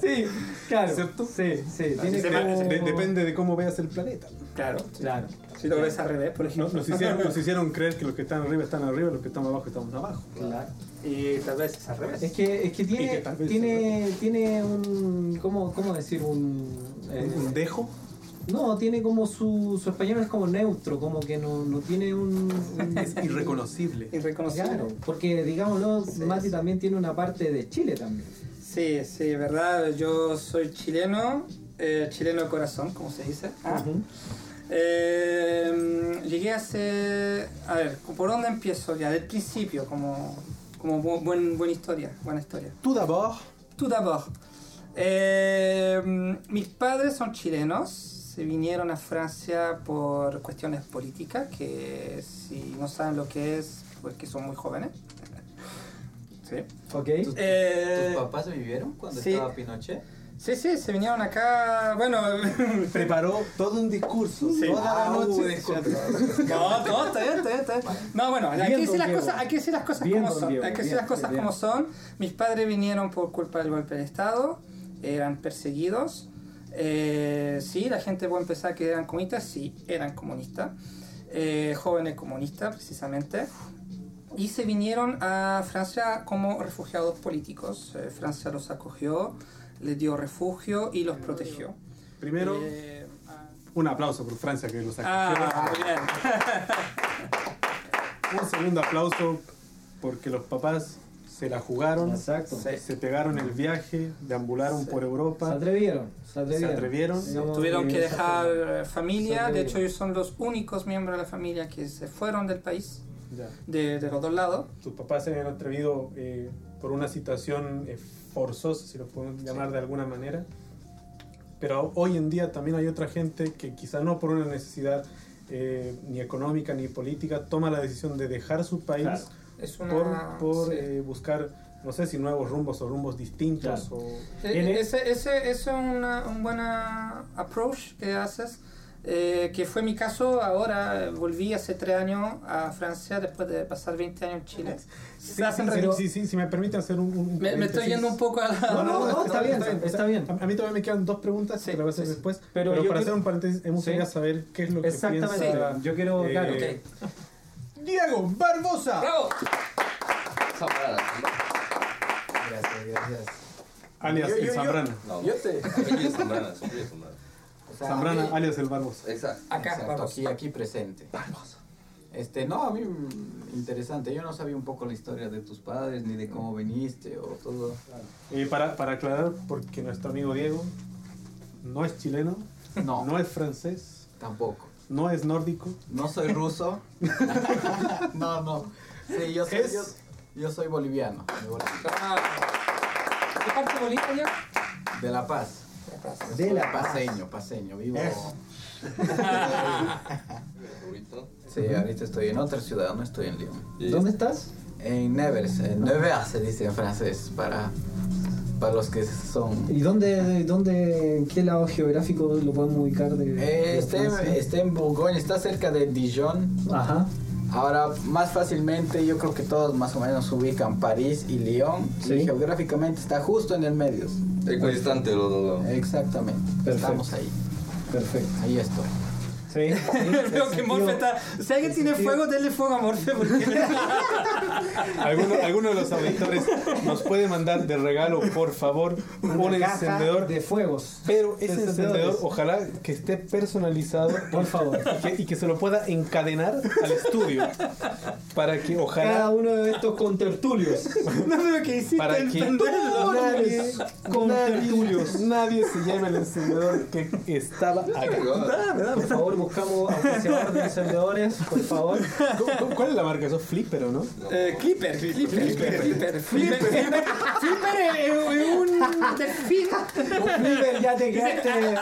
Speaker 6: sí, claro.
Speaker 2: ¿Cierto? Ah,
Speaker 6: Sí, sí. Tiene
Speaker 2: Se-
Speaker 6: como-
Speaker 2: de- depende de cómo veas el planeta.
Speaker 1: Claro.
Speaker 6: Claro.
Speaker 1: Si lo ves al revés, por
Speaker 2: No-
Speaker 1: ejemplo.
Speaker 2: nos, hicieron, nos hicieron creer que los que están arriba están arriba, los que estamos abajo estamos abajo.
Speaker 6: Claro.
Speaker 1: Y tal vez es al revés.
Speaker 6: Es que, es que
Speaker 2: Y que
Speaker 6: tiene,
Speaker 2: tal vez-
Speaker 6: tiene, tiene un, ¿cómo, cómo decir? Un, eh,
Speaker 2: Un dejo.
Speaker 6: no, tiene como su, su español es como neutro, como que no, no tiene un... un-
Speaker 2: Es irreconocible.
Speaker 1: Irreconocible.
Speaker 6: Claro, porque digámoslo, Mati también tiene una parte de Chile también.
Speaker 1: Sí, sí, verdad. Yo soy chileno, eh, chileno de corazón, como se dice. Ah. Eh, llegué hace. A ver, ¿por dónde empiezo? Ya, del principio, como, como bu- buen, buena historia. Buena historia.
Speaker 2: Tú d'abord.
Speaker 1: Tout d'abord, eh, mis padres son chilenos, se vinieron a Francia por cuestiones políticas, que si no saben lo que es, pues que son muy jóvenes. Sí.
Speaker 6: ¿Ok?
Speaker 1: Eh,
Speaker 11: ¿Tus papás vivieron cuando
Speaker 1: sí.
Speaker 11: estaba Pinochet?
Speaker 1: sí, sí, se vinieron acá, bueno...
Speaker 2: Preparó todo un discurso.
Speaker 1: Sí.
Speaker 2: Toda la
Speaker 11: Ah,
Speaker 2: noche.
Speaker 11: uh, disculpe.
Speaker 1: No, no, está bien, está bien, está bien. No, bueno, hay que
Speaker 6: Bien,
Speaker 1: decir
Speaker 6: don
Speaker 1: las
Speaker 6: Diego.
Speaker 1: cosas, hay que decir las cosas
Speaker 6: Bien,
Speaker 1: como
Speaker 6: don
Speaker 1: son.
Speaker 6: Diego,
Speaker 1: Hay que decir
Speaker 6: bien,
Speaker 1: las cosas
Speaker 6: bien.
Speaker 1: como son. Mis padres vinieron por culpa del golpe de Estado, eran perseguidos. Eh, sí, la gente puede pensar que eran comunistas, sí, eran comunistas. Eh, jóvenes comunistas, precisamente. Y se vinieron a Francia como refugiados políticos. Eh, Francia los acogió, les dio refugio y los protegió.
Speaker 2: Primero,
Speaker 1: Eh, ah,
Speaker 2: un aplauso por Francia que lo sacó.
Speaker 1: ah, muy bien.
Speaker 2: Un segundo aplauso porque los papás se la jugaron.
Speaker 6: Exacto.
Speaker 1: Sí.
Speaker 2: Se pegaron el viaje, deambularon por
Speaker 6: Se
Speaker 2: Europa.
Speaker 6: atrevieron, se atrevieron.
Speaker 2: Se atrevieron.
Speaker 6: Digamos
Speaker 1: Tuvieron que
Speaker 6: se
Speaker 1: dejar
Speaker 6: atrevieron.
Speaker 1: eh, familia, de
Speaker 6: Familia.
Speaker 1: hecho ellos son los únicos miembros de la familia que se fueron del país,
Speaker 2: Ya.
Speaker 1: de, de los dos lados.
Speaker 2: Tus papás se habían atrevido eh, por una situación eh, forzosa, si lo podemos llamar de alguna manera. Pero hoy en día también hay otra gente que quizá no por una necesidad eh, ni económica ni política toma la decisión de dejar su país
Speaker 6: Claro.
Speaker 1: Es
Speaker 2: por,
Speaker 1: una...
Speaker 2: por,
Speaker 1: sí.
Speaker 2: eh, buscar, no sé si nuevos rumbos o rumbos distintos.
Speaker 6: Claro.
Speaker 2: o-
Speaker 1: Eh,
Speaker 6: tiene-
Speaker 1: Ese, ese, ese es una- un buen ah, approach que haces, eh, que fue mi caso ahora, eh, volví hace tres años a Francia después de pasar 20 años en Chile.
Speaker 2: Sí,
Speaker 1: Se hacen
Speaker 2: sí,
Speaker 1: re-
Speaker 2: sí, sí, si me permite hacer un... un
Speaker 1: me, me estoy
Speaker 2: paréntesis.
Speaker 1: yendo un poco a la...
Speaker 6: No, no, no, está bien, está bien.
Speaker 2: A, a mí todavía me quedan dos preguntas
Speaker 1: Sí,
Speaker 2: que las voy a hacer
Speaker 1: sí, sí.
Speaker 2: después. Pero,
Speaker 6: Pero yo
Speaker 2: para
Speaker 6: creo-
Speaker 2: hacer un paréntesis, hemos
Speaker 6: Sí.
Speaker 2: querido saber qué es lo que
Speaker 6: Exactamente.
Speaker 2: piensa...
Speaker 6: Yo quiero,
Speaker 2: eh,
Speaker 6: claro.
Speaker 1: Ok.
Speaker 2: Diego Barbosa.
Speaker 1: ¡Bravo!
Speaker 11: Gracias, gracias.
Speaker 2: Alias
Speaker 3: Yo-
Speaker 2: el
Speaker 3: yo- yo-
Speaker 2: Zambrana.
Speaker 3: No,
Speaker 1: Yo te-
Speaker 3: apellido Zambrana, su apellido Zambrana.
Speaker 11: O sea,
Speaker 2: Zambrana,
Speaker 11: a mí-
Speaker 2: alias el Barbosa.
Speaker 3: Exacto.
Speaker 1: Acá,
Speaker 11: Exacto,
Speaker 1: vamos.
Speaker 11: aquí, aquí presente. Este, no, a mí mm, interesante. Yo no sabía un poco la historia de tus padres, ni de cómo viniste o todo.
Speaker 2: Eh, para, para aclarar, porque nuestro amigo Diego no es chileno,
Speaker 11: No,
Speaker 2: no es francés,
Speaker 11: tampoco.
Speaker 2: no es nórdico.
Speaker 11: No soy ruso. no, no. Sí, yo soy,
Speaker 2: Es-
Speaker 11: yo, yo soy boliviano. de Bolivia.
Speaker 1: Bravo. ¿Qué parte de Bolivia ya?
Speaker 11: De La Paz.
Speaker 6: De La Paz.
Speaker 11: Paseño, paseño. Vivo.
Speaker 3: Favorito.
Speaker 11: Sí, ahorita estoy en otra ciudad, no estoy en Lyon.
Speaker 3: Y-
Speaker 6: ¿Dónde estás?
Speaker 11: En Nevers, en Nevers se dice en francés para, para los que son.
Speaker 6: ¿Y dónde, dónde, en qué lado geográfico lo podemos ubicar de,
Speaker 11: Eh,
Speaker 6: de
Speaker 11: está, en-
Speaker 6: Francia?
Speaker 11: está en Bourgogne, está cerca de Dijon.
Speaker 6: Ajá.
Speaker 11: Ahora, más fácilmente, yo creo que todos más o menos ubican París y Lyon.
Speaker 6: Sí.
Speaker 11: Y geográficamente está justo en el medio.
Speaker 3: Equidistante los dos lados.
Speaker 11: Exactamente.
Speaker 6: Perfecto.
Speaker 11: Estamos ahí.
Speaker 6: Perfecto.
Speaker 11: Ahí estoy.
Speaker 6: Sí.
Speaker 1: Veo que Morfe está. Si alguien tiene fuego, denle fuego a Morfe porque.
Speaker 2: Alguno, alguno de los auditores nos puede mandar de regalo, por favor, un
Speaker 6: Caja
Speaker 2: encendedor.
Speaker 6: de fuegos.
Speaker 2: Pero ese encendedor,
Speaker 6: Encendedores.
Speaker 2: ojalá que esté personalizado
Speaker 6: Por favor.
Speaker 2: y que, y que se lo pueda encadenar al estudio. Para que
Speaker 6: Cada
Speaker 2: ojalá
Speaker 6: uno de estos contertulios.
Speaker 1: no veo que hiciste
Speaker 2: Para que-
Speaker 1: entenderlo.
Speaker 2: nadie, nadie,
Speaker 6: contertulios.
Speaker 2: nadie se llame el encendedor que estaba acá.
Speaker 6: Por favor, buscamos auspiciador de encendedores, por favor.
Speaker 2: ¿Cu- cu- ¿Cuál es la marca? ¿Sos Flipper o no?
Speaker 1: Eh, Clipper, Clipper, Clipper, Clipper. Flipper, Flipper, Flipper es es un delfín.
Speaker 6: Flipper, ya te quedaste. Te,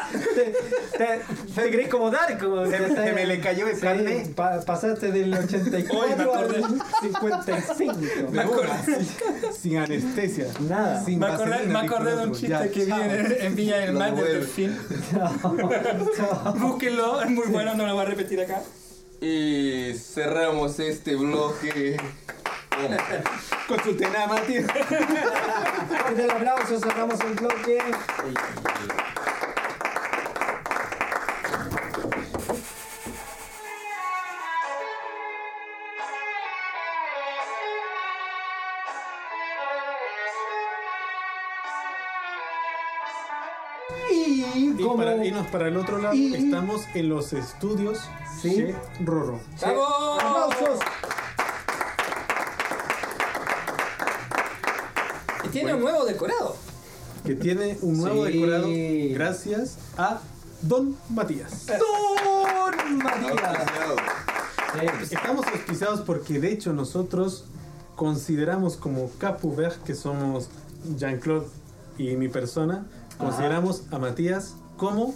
Speaker 6: te, te crees como Dark. Como, se, me le cayó el carne. pasaste del 84 al 55.
Speaker 2: De una, sin- sin anestesia.
Speaker 6: Nada.
Speaker 2: Sin
Speaker 1: Me acordé, me
Speaker 2: vaselina,
Speaker 1: acordé de un
Speaker 2: ningún otro.
Speaker 1: chiste
Speaker 2: Ya,
Speaker 1: que vi
Speaker 2: chao.
Speaker 1: en, en Villa del
Speaker 3: Lo
Speaker 1: Mar del
Speaker 3: devuelve.
Speaker 1: delfín. Búsquenlo, es muy bueno, no lo voy a repetir acá.
Speaker 12: Y cerramos este bloque.
Speaker 2: Con su tená, Martín.
Speaker 6: Con el aplauso cerramos el bloque.
Speaker 2: Y, para irnos para el otro lado, estamos en los estudios
Speaker 6: Sí.
Speaker 2: de Rorro.
Speaker 12: ¡Vamos!
Speaker 6: ¡Aplausos!
Speaker 1: Y tiene un nuevo decorado.
Speaker 2: Que tiene un nuevo
Speaker 6: Sí.
Speaker 2: decorado gracias a Don Matías.
Speaker 6: ¡Don Matías!
Speaker 2: Estamos auspiciados porque de hecho nosotros consideramos como Capu Verde que somos Jean-Claude y mi persona, consideramos a Matías como,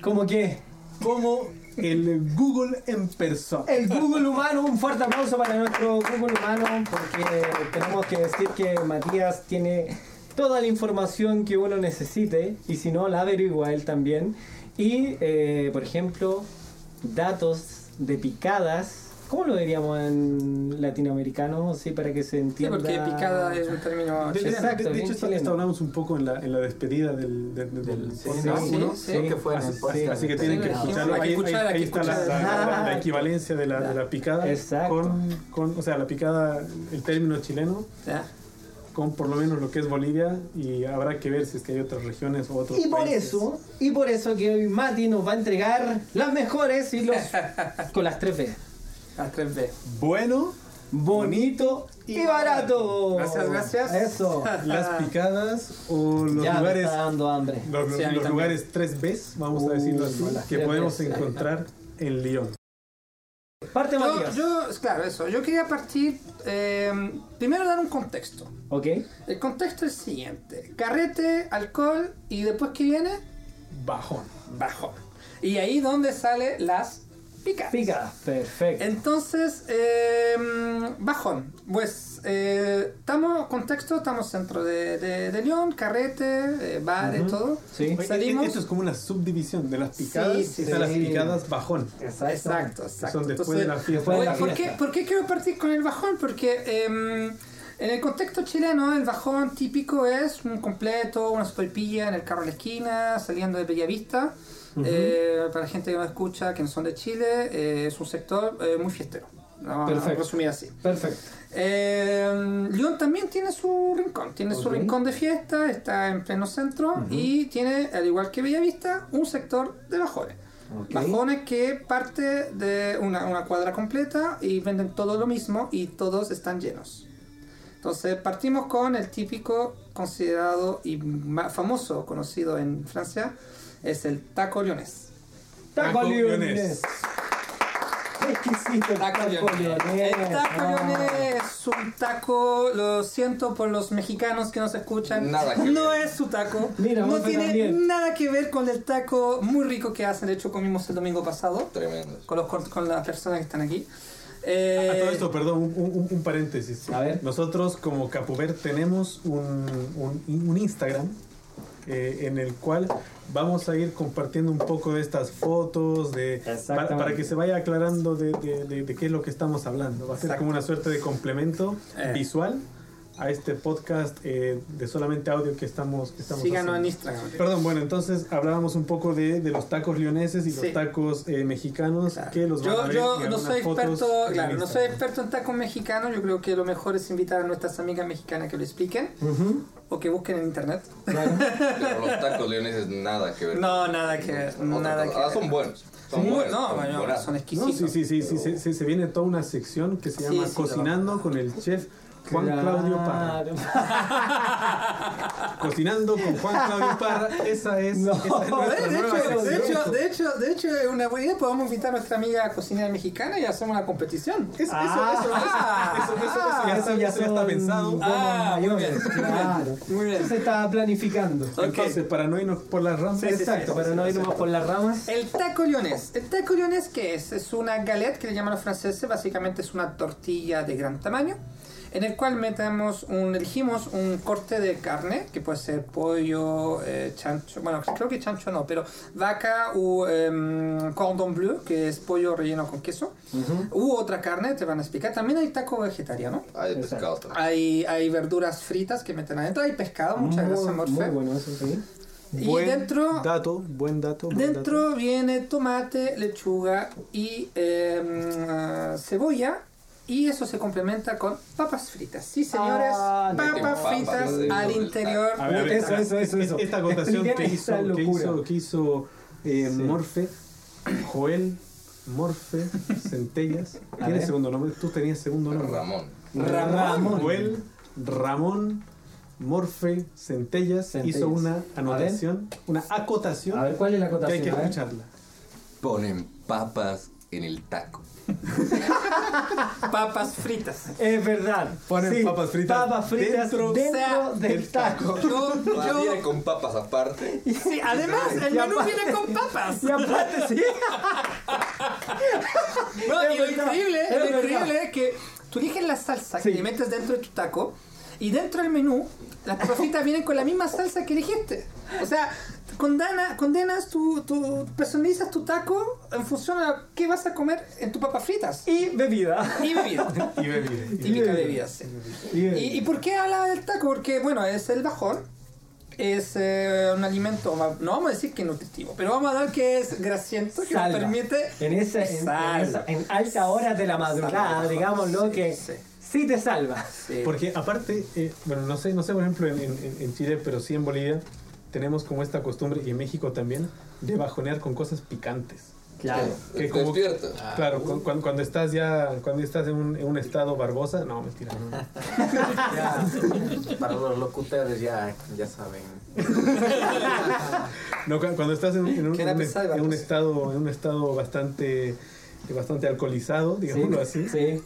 Speaker 6: ¿Cómo que?
Speaker 2: como el Google en persona.
Speaker 6: El Google humano, un fuerte aplauso para nuestro Google humano, porque tenemos que decir que Matías tiene toda la información que uno necesite, y si no, la averigua él también. Y, eh, por ejemplo, datos de picadas. ¿Cómo lo diríamos en latinoamericano? Sí, para que se
Speaker 1: Sí,
Speaker 6: entienda.
Speaker 1: porque picada es un término
Speaker 2: De, de-
Speaker 1: chileno.
Speaker 6: Exacto,
Speaker 2: de- de
Speaker 6: bien
Speaker 2: hecho, esto,
Speaker 6: chileno.
Speaker 2: esto hablamos un poco en la, en la despedida del, del- del- del
Speaker 6: Sí,
Speaker 2: podcast,
Speaker 1: sí,
Speaker 2: ¿no?
Speaker 1: sí. Creo
Speaker 11: que fue en el
Speaker 2: Así,
Speaker 11: podcast.
Speaker 2: así que
Speaker 1: Sí,
Speaker 2: tienen
Speaker 1: lo
Speaker 2: que
Speaker 1: dijimos.
Speaker 2: escucharlo.
Speaker 1: Hay que
Speaker 2: Ahí, ahí-
Speaker 1: escuchar, hay
Speaker 2: ahí
Speaker 1: que
Speaker 2: está la,
Speaker 1: escuchar.
Speaker 2: la- la- la equivalencia de la, de la picada
Speaker 6: Exacto.
Speaker 2: con, con- o sea, la picada, el término chileno
Speaker 1: Ya.
Speaker 2: con por lo menos lo que es Bolivia y habrá que ver si es que hay otras regiones o otros
Speaker 6: Y por
Speaker 2: países.
Speaker 6: eso, y por eso que hoy Mati nos va a entregar las mejores y los con las tres B.
Speaker 1: Las 3B.
Speaker 2: Bueno,
Speaker 6: Bonito y barato.
Speaker 1: Gracias, gracias.
Speaker 6: Eso.
Speaker 2: las picadas o los
Speaker 6: ya me
Speaker 2: lugares
Speaker 6: está dando hambre.
Speaker 2: los,
Speaker 1: Sí, a mí
Speaker 2: los
Speaker 1: también.
Speaker 2: lugares 3B, vamos
Speaker 6: Uh,
Speaker 2: a decirlo así,
Speaker 6: las
Speaker 2: que
Speaker 6: 3Bs.
Speaker 2: podemos encontrar en Lyon.
Speaker 6: Parte
Speaker 1: Yo,
Speaker 6: Matías.
Speaker 1: yo, claro, eso. Yo quería partir. eh, primero dar un contexto.
Speaker 6: Ok.
Speaker 1: El contexto es el siguiente: carrete, alcohol y después que viene,
Speaker 2: Bajón.
Speaker 1: bajón. Y ahí donde sale las picas.
Speaker 6: Pica. Perfecto.
Speaker 1: Entonces, eh, bajón. Pues, eh, estamos, contexto, estamos centro de, de, de León, carrete, eh, bar y todo.
Speaker 6: Sí.
Speaker 2: Oye, e,
Speaker 1: Salimos.
Speaker 2: Esto es como una subdivisión de las
Speaker 1: Sí,
Speaker 2: picadas,
Speaker 1: sí,
Speaker 2: están
Speaker 6: sí.
Speaker 2: las picadas bajón.
Speaker 6: Exacto.
Speaker 1: Exacto,
Speaker 2: ¿eh? que
Speaker 1: exacto.
Speaker 2: Son después de la
Speaker 1: Entonces,
Speaker 2: fiesta.
Speaker 6: después de
Speaker 1: Bueno,
Speaker 6: la
Speaker 1: ¿por, qué,
Speaker 6: fiesta.
Speaker 1: por qué quiero partir con el bajón? Porque eh, en el contexto chileno, el bajón típico es un completo, una superpilla en el carro de la esquina, saliendo de Bellavista. Eh, para la gente que no escucha, que no son de Chile, eh, es un sector eh, muy fiestero. Vamos a
Speaker 6: Perfecto.
Speaker 1: resumir así.
Speaker 6: Perfecto.
Speaker 1: Eh, Lyon también tiene su rincón, tiene su
Speaker 6: Ok.
Speaker 1: rincón de fiesta, está en pleno centro y tiene, al igual que Bellavista, un sector de bajones.
Speaker 6: Ok.
Speaker 1: Bajones que parte de una, una cuadra completa y venden todo lo mismo y todos están llenos. Entonces partimos con el típico considerado y más famoso conocido en Francia, es el taco leonés.
Speaker 6: Taco
Speaker 2: Taco
Speaker 6: Leones.
Speaker 2: Leones.
Speaker 6: Exquisito. el
Speaker 1: Taco leonés.
Speaker 6: leonés.
Speaker 1: El taco
Speaker 6: Ah.
Speaker 1: leonés es un taco, lo siento por los mexicanos que nos escuchan.
Speaker 12: Nada que
Speaker 1: no
Speaker 12: ver.
Speaker 1: es su taco.
Speaker 6: Mira,
Speaker 1: no
Speaker 6: Mafe
Speaker 1: tiene
Speaker 6: también.
Speaker 1: nada que ver con el taco muy rico que hacen. De hecho, comimos el domingo pasado
Speaker 12: Tremendo.
Speaker 1: con, los, cort- con las personas que están aquí. Eh,
Speaker 2: A todo esto, perdón, un, un- un paréntesis.
Speaker 6: A ver.
Speaker 2: Nosotros como Capuver tenemos un, un- un Instagram eh, en el cual vamos a ir compartiendo un poco de estas fotos, de,
Speaker 6: Exactamente.
Speaker 2: para, para que se vaya aclarando de, de- de- de qué es lo que estamos hablando. Va a ser como una suerte de complemento
Speaker 1: Eh.
Speaker 2: visual a este podcast eh, de solamente audio que estamos, que estamos
Speaker 1: Síganos en
Speaker 2: haciendo. Ah,
Speaker 1: Instagram.
Speaker 2: Perdón, bueno, entonces hablábamos un poco de, de los tacos lioneses y
Speaker 1: Sí.
Speaker 2: los tacos eh, mexicanos
Speaker 1: Claro.
Speaker 2: que los van a
Speaker 1: Yo,
Speaker 2: ver
Speaker 1: yo
Speaker 2: en
Speaker 1: no
Speaker 2: algunas
Speaker 1: soy
Speaker 2: fotos
Speaker 1: experto,
Speaker 2: en
Speaker 1: claro, no soy
Speaker 2: Instagram.
Speaker 1: experto en tacos mexicanos. Yo creo que lo mejor es invitar a nuestras amigas mexicanas que lo expliquen
Speaker 6: Ujú.
Speaker 1: o que busquen en internet.
Speaker 12: Pero los tacos leoneses nada que ver.
Speaker 1: No, nada que ver,
Speaker 12: Otra
Speaker 1: nada
Speaker 12: cosa.
Speaker 1: que
Speaker 12: Ah, son
Speaker 1: ver.
Speaker 12: buenos. Son
Speaker 1: Muy-
Speaker 12: buenos.
Speaker 1: no,
Speaker 12: son
Speaker 1: bueno,
Speaker 12: buenos.
Speaker 1: son
Speaker 2: No,
Speaker 1: exquisitos.
Speaker 2: sí, sí, sí, sí, se, se- se viene toda una sección que se
Speaker 1: Sí,
Speaker 2: llama
Speaker 1: sí,
Speaker 2: Cocinando con el chef Juan Claudio Parra.
Speaker 6: Claro.
Speaker 2: Cocinando con Juan Claudio Parra, esa es,
Speaker 6: No.
Speaker 2: esa es
Speaker 1: A
Speaker 2: nuestra
Speaker 1: ver, de
Speaker 2: nueva
Speaker 1: hecho, de
Speaker 2: sección.
Speaker 1: hecho, de hecho, de hecho, es una buena idea. Podemos invitar a nuestra amiga cocinera mexicana y hacemos una competición.
Speaker 2: Es- eso,
Speaker 6: Ah.
Speaker 2: eso, eso, eso, eso, eso ya, está, eso ya está
Speaker 6: son
Speaker 2: pensado.
Speaker 6: bombas
Speaker 1: Ah, muy
Speaker 6: mayores,
Speaker 1: bien.
Speaker 6: claro.
Speaker 1: Muy bien.
Speaker 6: Se estaba planificando.
Speaker 2: Entonces, para no irnos por las ramas,
Speaker 6: Exacto, para no irnos por las ramas.
Speaker 1: El taco leonés. ¿El taco leonés qué es? Es una galette que le llaman los franceses. Básicamente es una tortilla de gran tamaño
Speaker 12: en el cual metamos un, elegimos un corte de carne, que puede ser pollo, eh, chancho, bueno, creo que chancho no, pero vaca o em, cordon bleu, que es pollo relleno con queso, u otra carne, te van a explicar. También hay taco vegetariano.
Speaker 3: Hay pescado también.
Speaker 12: Hay, hay verduras fritas que meten adentro, hay pescado, muchas gracias, Morfe.
Speaker 6: Muy bueno, eso sí.
Speaker 12: Y
Speaker 2: buen
Speaker 12: dentro-
Speaker 2: dato, buen dato. buen dato.
Speaker 12: Dentro viene tomate, lechuga y em, cebolla. Y eso se complementa con papas fritas. Sí, señores,
Speaker 6: Ah,
Speaker 12: papas
Speaker 3: meten papas
Speaker 12: fritas
Speaker 3: dentro
Speaker 12: al
Speaker 3: del
Speaker 12: interior.
Speaker 2: A ver, a ver,
Speaker 6: Eso,
Speaker 2: a ver, E-,
Speaker 6: eso, eso, eso.
Speaker 2: Esta acotación que
Speaker 6: Esta
Speaker 2: hizo, que
Speaker 6: locura.
Speaker 2: hizo, que hizo eh, Morfe, Joel, Morfe, Centellas. ¿Tienes
Speaker 6: ver.
Speaker 2: segundo nombre? Tú tenías segundo nombre.
Speaker 3: Ramón.
Speaker 2: Ramón. Joel, Ramón, Morfe, Centellas,
Speaker 6: Centellas.
Speaker 2: hizo una anotación, una acotación
Speaker 6: A ver, ¿cuál es la
Speaker 2: que hay
Speaker 6: acotación?
Speaker 2: que
Speaker 6: A ver.
Speaker 2: escucharla.
Speaker 3: Ponen papas en el taco.
Speaker 12: Papas fritas.
Speaker 6: Es verdad.
Speaker 2: Ponen papas fritas
Speaker 6: Papas fritas dentro,
Speaker 2: dentro-
Speaker 12: O sea,
Speaker 6: del taco.
Speaker 12: Yo,
Speaker 3: Ah,
Speaker 12: yo-
Speaker 3: Viene con papas aparte.
Speaker 12: sí, además, el
Speaker 6: Y
Speaker 12: menú
Speaker 6: aparte-
Speaker 12: viene con papas.
Speaker 6: Y aparte, sí.
Speaker 12: No, y lo
Speaker 6: es verdad,
Speaker 12: increíble,
Speaker 6: es
Speaker 12: lo
Speaker 6: verdad.
Speaker 12: increíble es que tú eliges la salsa
Speaker 6: Sí.
Speaker 12: que le metes dentro de tu taco y dentro del menú las papas fritas vienen con la misma salsa que elegiste. O sea, condena, condenas tu, tu personalizas tu taco en función a qué vas a comer en tu papas fritas.
Speaker 6: Y bebida.
Speaker 12: Y bebida.
Speaker 2: Y bebida.
Speaker 12: Típica bebida, sí.
Speaker 6: Bien.
Speaker 12: ¿Y, y por qué hablaba del taco? Porque, bueno, es el bajón. Es eh, un alimento, va- no vamos a decir que nutritivo, pero vamos a dar que es grasiento, que nos
Speaker 6: Salva.
Speaker 12: permite
Speaker 6: En, esa, en, en,
Speaker 12: Salva.
Speaker 6: esa- en altas horas de la madrugada,
Speaker 12: Salva.
Speaker 6: digámoslo,
Speaker 12: Sí,
Speaker 6: que
Speaker 12: sí.
Speaker 6: sí te salva.
Speaker 12: Sí.
Speaker 2: Porque aparte, eh, bueno, no sé, no sé por ejemplo en, en- en Chile, pero sí en Bolivia tenemos como esta costumbre, y en México también, de bajonear con cosas picantes.
Speaker 6: Claro.
Speaker 3: Te
Speaker 2: Que como-
Speaker 3: despiertas.
Speaker 5: Ah.
Speaker 2: claro,
Speaker 5: Uh.
Speaker 2: cu- cu- cuando, estás ya, cuando estás en un, en un estado barbosa, no, mentira. no.
Speaker 5: Ya, para los locutores ya, ya saben.
Speaker 2: No, cu- cuando estás en, en un,
Speaker 5: Que era
Speaker 2: en un-
Speaker 5: pesada,
Speaker 2: en un
Speaker 5: pues.
Speaker 2: estado, en un estado bastante, bastante alcoholizado, digámoslo así.
Speaker 6: Sí.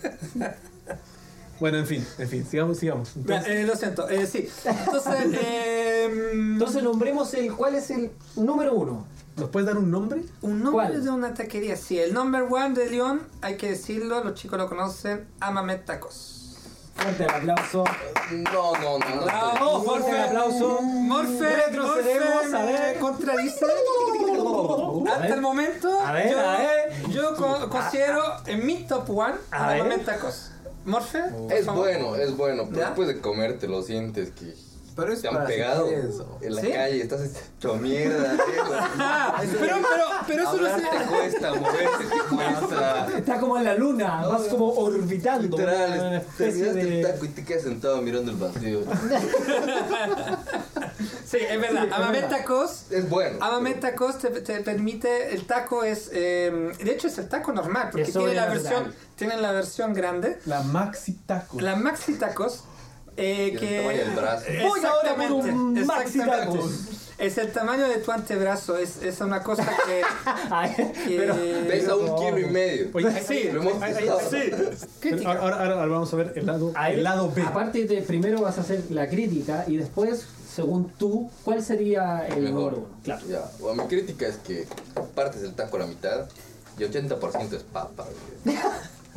Speaker 2: Bueno, en fin, en fin, sigamos, sigamos.
Speaker 12: Ya,
Speaker 2: Entonces,
Speaker 12: eh, lo siento, eh, sí. Entonces, em,
Speaker 6: Entonces nombremos el cuál es el número uno.
Speaker 2: ¿nos puedes dar un nombre?
Speaker 12: un nombre
Speaker 6: ¿cuál?
Speaker 12: de una taquería. Sí, el number one de León, hay que decirlo, los chicos lo conocen, Amamet Tacos.
Speaker 6: Fuerte el aplauso.
Speaker 3: No, no, no. no
Speaker 12: ¡Bravo,
Speaker 6: Fuerte el aplauso.
Speaker 12: Morfe,
Speaker 6: Ah, oh, Retrocedemos,
Speaker 12: Morfe
Speaker 6: a ver.
Speaker 12: me contradice.
Speaker 6: A
Speaker 12: Hasta
Speaker 6: ver.
Speaker 12: el momento,
Speaker 6: A ver,
Speaker 12: yo,
Speaker 6: a ver.
Speaker 12: yo co- considero en mi top one
Speaker 6: A ver. Oh.
Speaker 12: Amamet Tacos. Morfe, por
Speaker 3: Es
Speaker 12: favor.
Speaker 3: bueno, es bueno, pero
Speaker 12: ¿Ya?
Speaker 3: después de comerte lo sientes que
Speaker 5: Pero es
Speaker 3: te han
Speaker 5: para
Speaker 3: pegado
Speaker 5: eso.
Speaker 3: en la
Speaker 12: ¿Sí?
Speaker 3: calle, estás hecho mierda.
Speaker 12: Ah, pero, pero, pero eso no
Speaker 3: Hablar
Speaker 12: se...
Speaker 3: te cuesta, moverte te cuesta.
Speaker 6: Está como en la luna, vas como orbitando. una
Speaker 3: Literal,
Speaker 6: especie
Speaker 3: terminaste el
Speaker 6: de...
Speaker 3: taco y te quedas sentado mirando el vacío.
Speaker 12: Sí, es verdad. Amamet Tacos
Speaker 3: Es bueno.
Speaker 12: Amame Tacos te, te permite, el taco es, eh, de hecho es el taco normal, porque
Speaker 6: Eso
Speaker 12: tiene
Speaker 6: era
Speaker 12: la, versión,
Speaker 6: verdad.
Speaker 12: tienen la versión grande,
Speaker 2: La Maxi Taco.
Speaker 12: la Maxi Tacos, eh,
Speaker 3: Y el
Speaker 12: que... Eh,
Speaker 3: tamaño del brazo.
Speaker 6: Voy ahora por un
Speaker 12: Exactamente,
Speaker 6: Maxi
Speaker 12: exactamente.
Speaker 6: Tacos.
Speaker 12: Es el tamaño de tu antebrazo, es, es una cosa que...
Speaker 6: Ay,
Speaker 12: que-
Speaker 6: pero-
Speaker 3: Pesa un kilo y medio.
Speaker 2: Oye,
Speaker 12: Sí,
Speaker 3: Lo hemos testado.
Speaker 12: crítica.
Speaker 2: ahora, ahora- ahora vamos a ver el lado,
Speaker 13: Ahí,
Speaker 2: el lado B.
Speaker 6: Ah.
Speaker 13: Aparte de primero vas a hacer la crítica y después, según tú, ¿cuál sería el
Speaker 3: Mejor.
Speaker 13: número uno? Claro.
Speaker 3: Ya, bueno, mi crítica es que partes el taco a la mitad y 80% es papa. güey.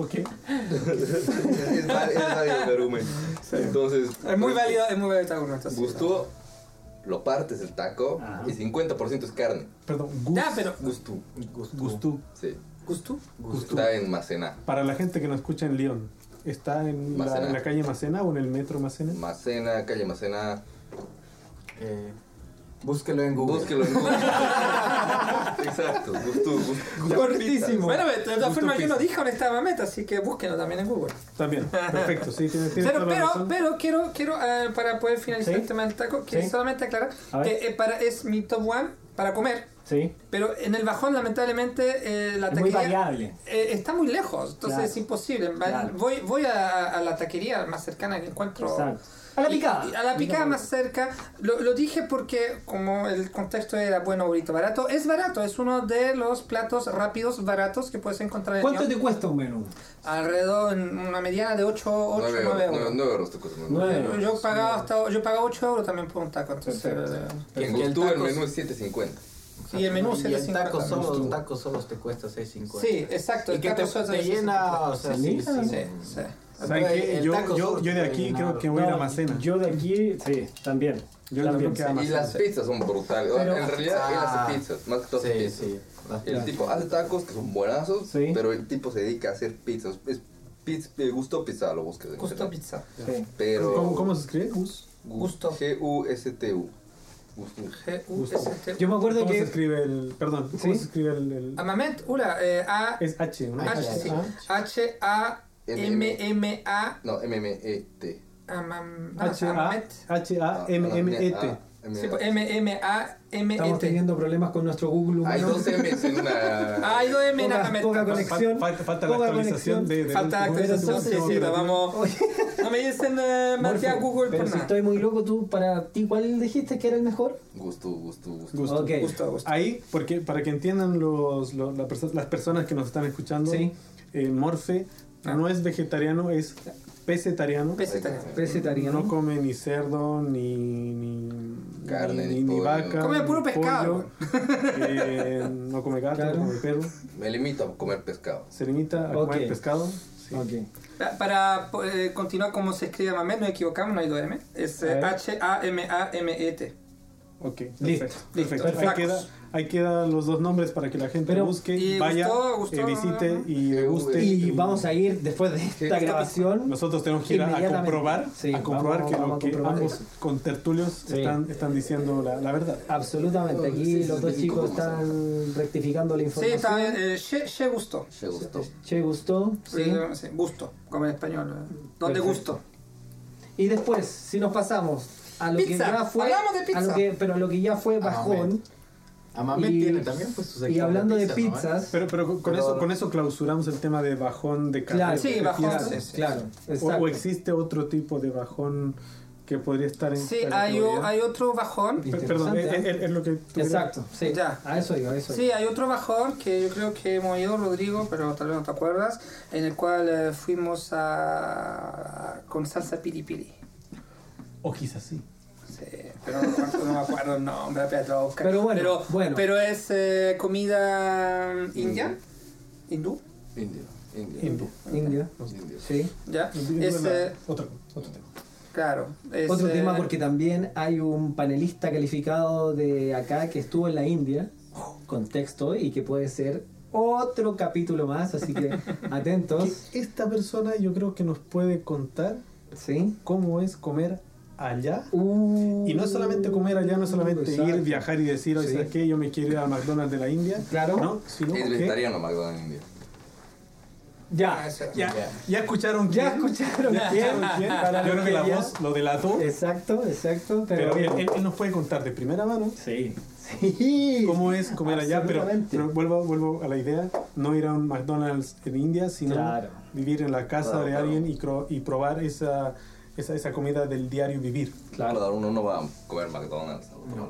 Speaker 2: Ok.
Speaker 3: es val- es válido el volumen. Entonces,
Speaker 12: Es muy válido, es muy válido el taco, no, entonces.
Speaker 3: Gusto, lo partes el taco
Speaker 13: Ajá.
Speaker 3: y 50% es carne.
Speaker 2: Perdón, Gus.
Speaker 12: Ya, pero...
Speaker 3: Gusto.
Speaker 2: Gustú.
Speaker 3: Sí.
Speaker 12: ¿Gusto?
Speaker 3: Está en Macena.
Speaker 2: Para la gente que nos escucha en León, ¿está en la,
Speaker 3: Macena.
Speaker 2: en la calle Macena o en el metro Macena?
Speaker 3: Macena, calle Macena.
Speaker 5: Eh, búsquelo en Google.
Speaker 3: Búsquelo en Google. Exacto, gusto, gusto.
Speaker 6: Cortísimo.
Speaker 12: Bueno, de todas
Speaker 3: Gusto
Speaker 12: formas yo no
Speaker 3: pizza.
Speaker 12: dije dónde está Amamet, así que búsquenlo también en Google.
Speaker 2: También, perfecto, sí, tiene, tiene
Speaker 12: Pero,
Speaker 2: toda la
Speaker 12: pero,
Speaker 2: razón.
Speaker 12: pero quiero, quiero eh, para poder finalizar
Speaker 6: Sí.
Speaker 12: el tema del taco, quiero
Speaker 6: Sí.
Speaker 12: solamente aclarar
Speaker 6: A ver.
Speaker 12: que eh, para, es mi top one para comer,
Speaker 6: Sí,
Speaker 12: pero en el bajón lamentablemente eh, la
Speaker 6: es muy
Speaker 12: taquería
Speaker 6: variable.
Speaker 12: eh, está muy lejos, entonces
Speaker 6: Claro.
Speaker 12: es imposible. Va-
Speaker 6: Claro.
Speaker 12: Voy, voy a, a la taquería más cercana que encuentro.
Speaker 6: Exacto. A la
Speaker 12: Y-
Speaker 6: picada.
Speaker 12: y a la picada más cerca. Lo, lo dije porque, como el contexto era bueno, bonito, barato, es barato. Es uno de los platos rápidos, baratos que puedes encontrar en
Speaker 6: ¿Cuánto
Speaker 12: Lyon.
Speaker 6: te cuesta un menú?
Speaker 12: Alrededor, en una mediana de 8, 8
Speaker 3: 9
Speaker 12: 9
Speaker 3: euros.
Speaker 12: euros.
Speaker 3: 9 euros tu cosa, ¿no?
Speaker 6: Nueve.
Speaker 12: Yo- Yo pagaba hasta yo pagaba 8 euros también por un taco, entonces eh,
Speaker 3: En
Speaker 5: Que el
Speaker 3: Gusto el
Speaker 5: taco-
Speaker 3: menú es 7.50.
Speaker 12: y el menú se
Speaker 5: y el taco solo,
Speaker 12: solo
Speaker 5: los tacos solos te cuesta 6.50.
Speaker 12: Sí, exacto,
Speaker 5: Y
Speaker 12: el
Speaker 5: que
Speaker 12: taco
Speaker 5: te,
Speaker 12: solo
Speaker 5: te
Speaker 12: es
Speaker 5: llena, o sea,
Speaker 6: Sí,
Speaker 5: sí, sí,
Speaker 12: Sí, sí.
Speaker 2: ¿Saben qué?
Speaker 5: El
Speaker 2: Yo,
Speaker 5: taco
Speaker 2: yo,
Speaker 5: sur,
Speaker 2: yo de aquí
Speaker 5: el
Speaker 2: creo
Speaker 5: nado.
Speaker 2: que voy a ir a
Speaker 5: No,
Speaker 2: Macena.
Speaker 6: Yo de aquí, sí, también.
Speaker 2: Yo también
Speaker 6: también.
Speaker 2: queda
Speaker 3: Y las
Speaker 2: Macena.
Speaker 3: pizzas son brutales.
Speaker 6: Pero-
Speaker 3: en realidad,
Speaker 5: Ah.
Speaker 3: él hace pizzas, más que todo hace
Speaker 5: Sí,
Speaker 3: pizzas.
Speaker 5: sí. Las
Speaker 3: El
Speaker 5: pizzas.
Speaker 3: tipo hace tacos que son buenazos,
Speaker 6: Sí.
Speaker 3: pero el tipo se dedica a hacer pizzas. Es pizza, gusto pizza, lo busques. en
Speaker 5: Gusto
Speaker 3: internet.
Speaker 5: pizza.
Speaker 6: Sí.
Speaker 3: Pero.
Speaker 2: ¿Cómo, cómo se escribe? Gus.
Speaker 5: Gusto.
Speaker 3: G-U-S-T-U. Gusto.
Speaker 12: G-U-S-T.
Speaker 5: este.
Speaker 6: Yo me acuerdo
Speaker 2: ¿Cómo se
Speaker 6: que.
Speaker 2: escribe el. Perdón, ¿cómo
Speaker 6: ¿Sí?
Speaker 2: se escribe el. el-
Speaker 12: Amament, ula, eh, A.
Speaker 2: Es H, ¿no?
Speaker 12: Ah, H, sí. H-A-M-M-A.
Speaker 3: No, E M-M-E-T.
Speaker 12: amam- no, Amamet.
Speaker 5: Ah,
Speaker 3: E
Speaker 5: E
Speaker 2: H-A-M-M-E-T.
Speaker 12: Sí, pues, M-M-A-M-E-T. Este.
Speaker 6: Estamos teniendo problemas con nuestro Google
Speaker 3: Hay
Speaker 6: humano.
Speaker 3: dos M's en una.
Speaker 12: Ah, hay dos M en
Speaker 6: Poca-
Speaker 12: Amamet.
Speaker 6: poca
Speaker 12: tampoco.
Speaker 6: conexión. Acción.
Speaker 2: Falta, falta la
Speaker 6: Ponga
Speaker 2: actualización
Speaker 6: conexión.
Speaker 2: de. de
Speaker 12: Falta
Speaker 2: de-
Speaker 12: actualización, sí,
Speaker 2: de-
Speaker 12: sí, la vamos. No me dicen eh,
Speaker 6: Morfe,
Speaker 12: Martea Google
Speaker 6: pero
Speaker 12: por
Speaker 6: si
Speaker 12: nada.
Speaker 6: estoy muy loco, tú, para ti, ¿cuál dijiste que era el mejor?
Speaker 3: Gusto, gusto, gusto.
Speaker 2: Gusto.
Speaker 6: Ok.
Speaker 12: Gusto, gusto.
Speaker 2: Ahí, porque, para que entiendan los, lo- la perso- las personas que nos están escuchando,
Speaker 6: Sí.
Speaker 2: eh, Morfe
Speaker 12: Ah.
Speaker 2: no es vegetariano, es pescetariano.
Speaker 12: Peseta.
Speaker 2: No
Speaker 6: Pescetariano.
Speaker 2: come ni cerdo, ni, ni
Speaker 3: Carne,
Speaker 2: ni,
Speaker 3: ni
Speaker 2: ni
Speaker 3: pollo.
Speaker 2: vaca.
Speaker 12: Come
Speaker 2: ni
Speaker 12: puro pescado.
Speaker 2: pollo. Eh, no come gato,
Speaker 6: Claro.
Speaker 2: no come perro.
Speaker 3: Me limito a comer pescado.
Speaker 2: Se limita a
Speaker 6: Ok.
Speaker 2: comer pescado. Ah, Sí.
Speaker 6: Ok.
Speaker 12: Pa- Para eh, continuar como se escribe Amamet, no equivocamos, no hay dos M. Es
Speaker 6: A
Speaker 12: eh,
Speaker 6: ver.
Speaker 12: H-A-M-A-M-E-T.
Speaker 2: Ok, perfecto.
Speaker 6: Listo.
Speaker 2: perfecto.
Speaker 12: Listo.
Speaker 2: Ahí, queda, ahí quedan los dos nombres para que la gente
Speaker 6: Pero-
Speaker 2: busque,
Speaker 12: Y
Speaker 2: vaya,
Speaker 12: gustó, gustó,
Speaker 2: eh, visite y
Speaker 3: ¿no?
Speaker 2: le guste.
Speaker 6: Y vamos a ir después de esta
Speaker 3: Sí.
Speaker 6: grabación.
Speaker 2: Nosotros tenemos que ir a- a,
Speaker 6: Inmediatamente.
Speaker 2: comprobar,
Speaker 6: Sí,
Speaker 2: a comprobar
Speaker 6: vamos-
Speaker 2: que,
Speaker 6: vamos
Speaker 2: lo
Speaker 6: a
Speaker 2: que
Speaker 6: comprobar
Speaker 2: ambos
Speaker 6: eso.
Speaker 2: contertulios
Speaker 6: Sí.
Speaker 2: están, están diciendo la, la verdad.
Speaker 6: Absolutamente, aquí
Speaker 14: Sí, sí,
Speaker 6: los
Speaker 14: sí,
Speaker 6: dos
Speaker 14: sí,
Speaker 6: chicos
Speaker 14: ¿cómo se llama?
Speaker 6: están rectificando la
Speaker 12: Sí,
Speaker 6: información.
Speaker 12: está bien. eh, She she gusto.
Speaker 3: Che, gusto.
Speaker 6: Che, gustó.
Speaker 12: Sí, eh,
Speaker 6: sí.
Speaker 12: sí, gusto, como en español. eh. ¿Dónde
Speaker 6: Perfecto.
Speaker 12: gusto?
Speaker 6: Y después, si nos pasamos a lo que
Speaker 12: Pizza.
Speaker 6: ya fue,
Speaker 12: Hablamos de pizza.
Speaker 6: a lo que- pero a lo que ya fue bajón,
Speaker 5: Amamet
Speaker 6: Y-
Speaker 5: tiene también pues sus
Speaker 6: y
Speaker 5: sección
Speaker 6: hablando de
Speaker 5: pizza, ¿no?
Speaker 6: pizzas,
Speaker 2: Pero, pero con,
Speaker 5: Pero-
Speaker 2: eso, con eso clausuramos el tema de bajón de café.
Speaker 6: claro,
Speaker 12: Sí, bajón,
Speaker 2: Fiesta.
Speaker 12: sí, sí.
Speaker 6: claro,
Speaker 2: O,
Speaker 6: exacto.
Speaker 2: o existe otro tipo de bajón que podría estar en.
Speaker 12: Sí,
Speaker 2: esta
Speaker 12: hay, o-
Speaker 2: categoría?
Speaker 12: hay otro bajón.
Speaker 2: Pe- Perdón, es,
Speaker 6: Interesante, ¿eh?
Speaker 2: es- es lo que. tú-
Speaker 6: Exacto, sí,
Speaker 12: Ya.
Speaker 6: a eso iba, a eso
Speaker 12: Sí, hay otro bajón que yo creo que Eh, hemos ido, Rodrigo, pero tal vez no te acuerdas, en el cual eh, fuimos a, a- con salsa piripiri.
Speaker 2: O quizás sí.
Speaker 12: Sí, pero no, me acuerdo- no me acuerdo el nombre, espérate, lo voy a buscar.
Speaker 6: Pero bueno,
Speaker 12: pero,
Speaker 6: bueno.
Speaker 12: pero es eh, comida india, hindú,
Speaker 3: Indio. Indio.
Speaker 2: Indio.
Speaker 6: iba. India,
Speaker 3: Indio.
Speaker 6: sí.
Speaker 12: ya.
Speaker 2: Indio
Speaker 12: Es,
Speaker 2: era
Speaker 12: eh,
Speaker 2: otro, otro tema.
Speaker 12: claro. es,
Speaker 6: Otro
Speaker 12: eh,
Speaker 6: tema porque también hay un panelista calificado de acá que estuvo en la India, contexto, y que puede ser otro capítulo más, así que atentos,
Speaker 2: Que esta persona yo creo que nos puede contar
Speaker 6: ¿sí?
Speaker 2: cómo es comer allá.
Speaker 6: Uh,
Speaker 2: Y no es solamente comer allá, no es solamente
Speaker 6: exacto.
Speaker 2: ir, viajar y decir, oye,
Speaker 6: Sí.
Speaker 2: ¿sabes qué? Yo me quiero ir al McDonald's de la India.
Speaker 6: Claro.
Speaker 2: No, sino
Speaker 3: Es
Speaker 2: que-
Speaker 3: vegetariano McDonald's India.
Speaker 12: ah,
Speaker 6: Ya,
Speaker 12: eso era.
Speaker 2: Ya, ya escucharon
Speaker 6: ya
Speaker 2: quién.
Speaker 6: escucharon
Speaker 2: Ya
Speaker 6: bien.
Speaker 2: escucharon quién.
Speaker 6: Para
Speaker 2: Yo
Speaker 6: lo
Speaker 2: creo que
Speaker 6: que
Speaker 2: la
Speaker 6: ya-
Speaker 2: voz lo delató.
Speaker 6: Exacto, exacto, pero,
Speaker 2: Pero él, él- él nos puede contar de primera mano
Speaker 6: sí. Sí.
Speaker 2: cómo es comer allá, pero,
Speaker 6: Absolutamente.
Speaker 2: pero vuelvo, vuelvo a la idea, no ir a un McDonald's en India, sino
Speaker 6: Claro.
Speaker 2: vivir en la casa
Speaker 3: Claro,
Speaker 2: de
Speaker 3: claro.
Speaker 2: alguien y, cro- y probar esa, esa, esa comida del diario vivir.
Speaker 6: Claro.
Speaker 3: Claro, uno no va a comer McDonald's. ¿no?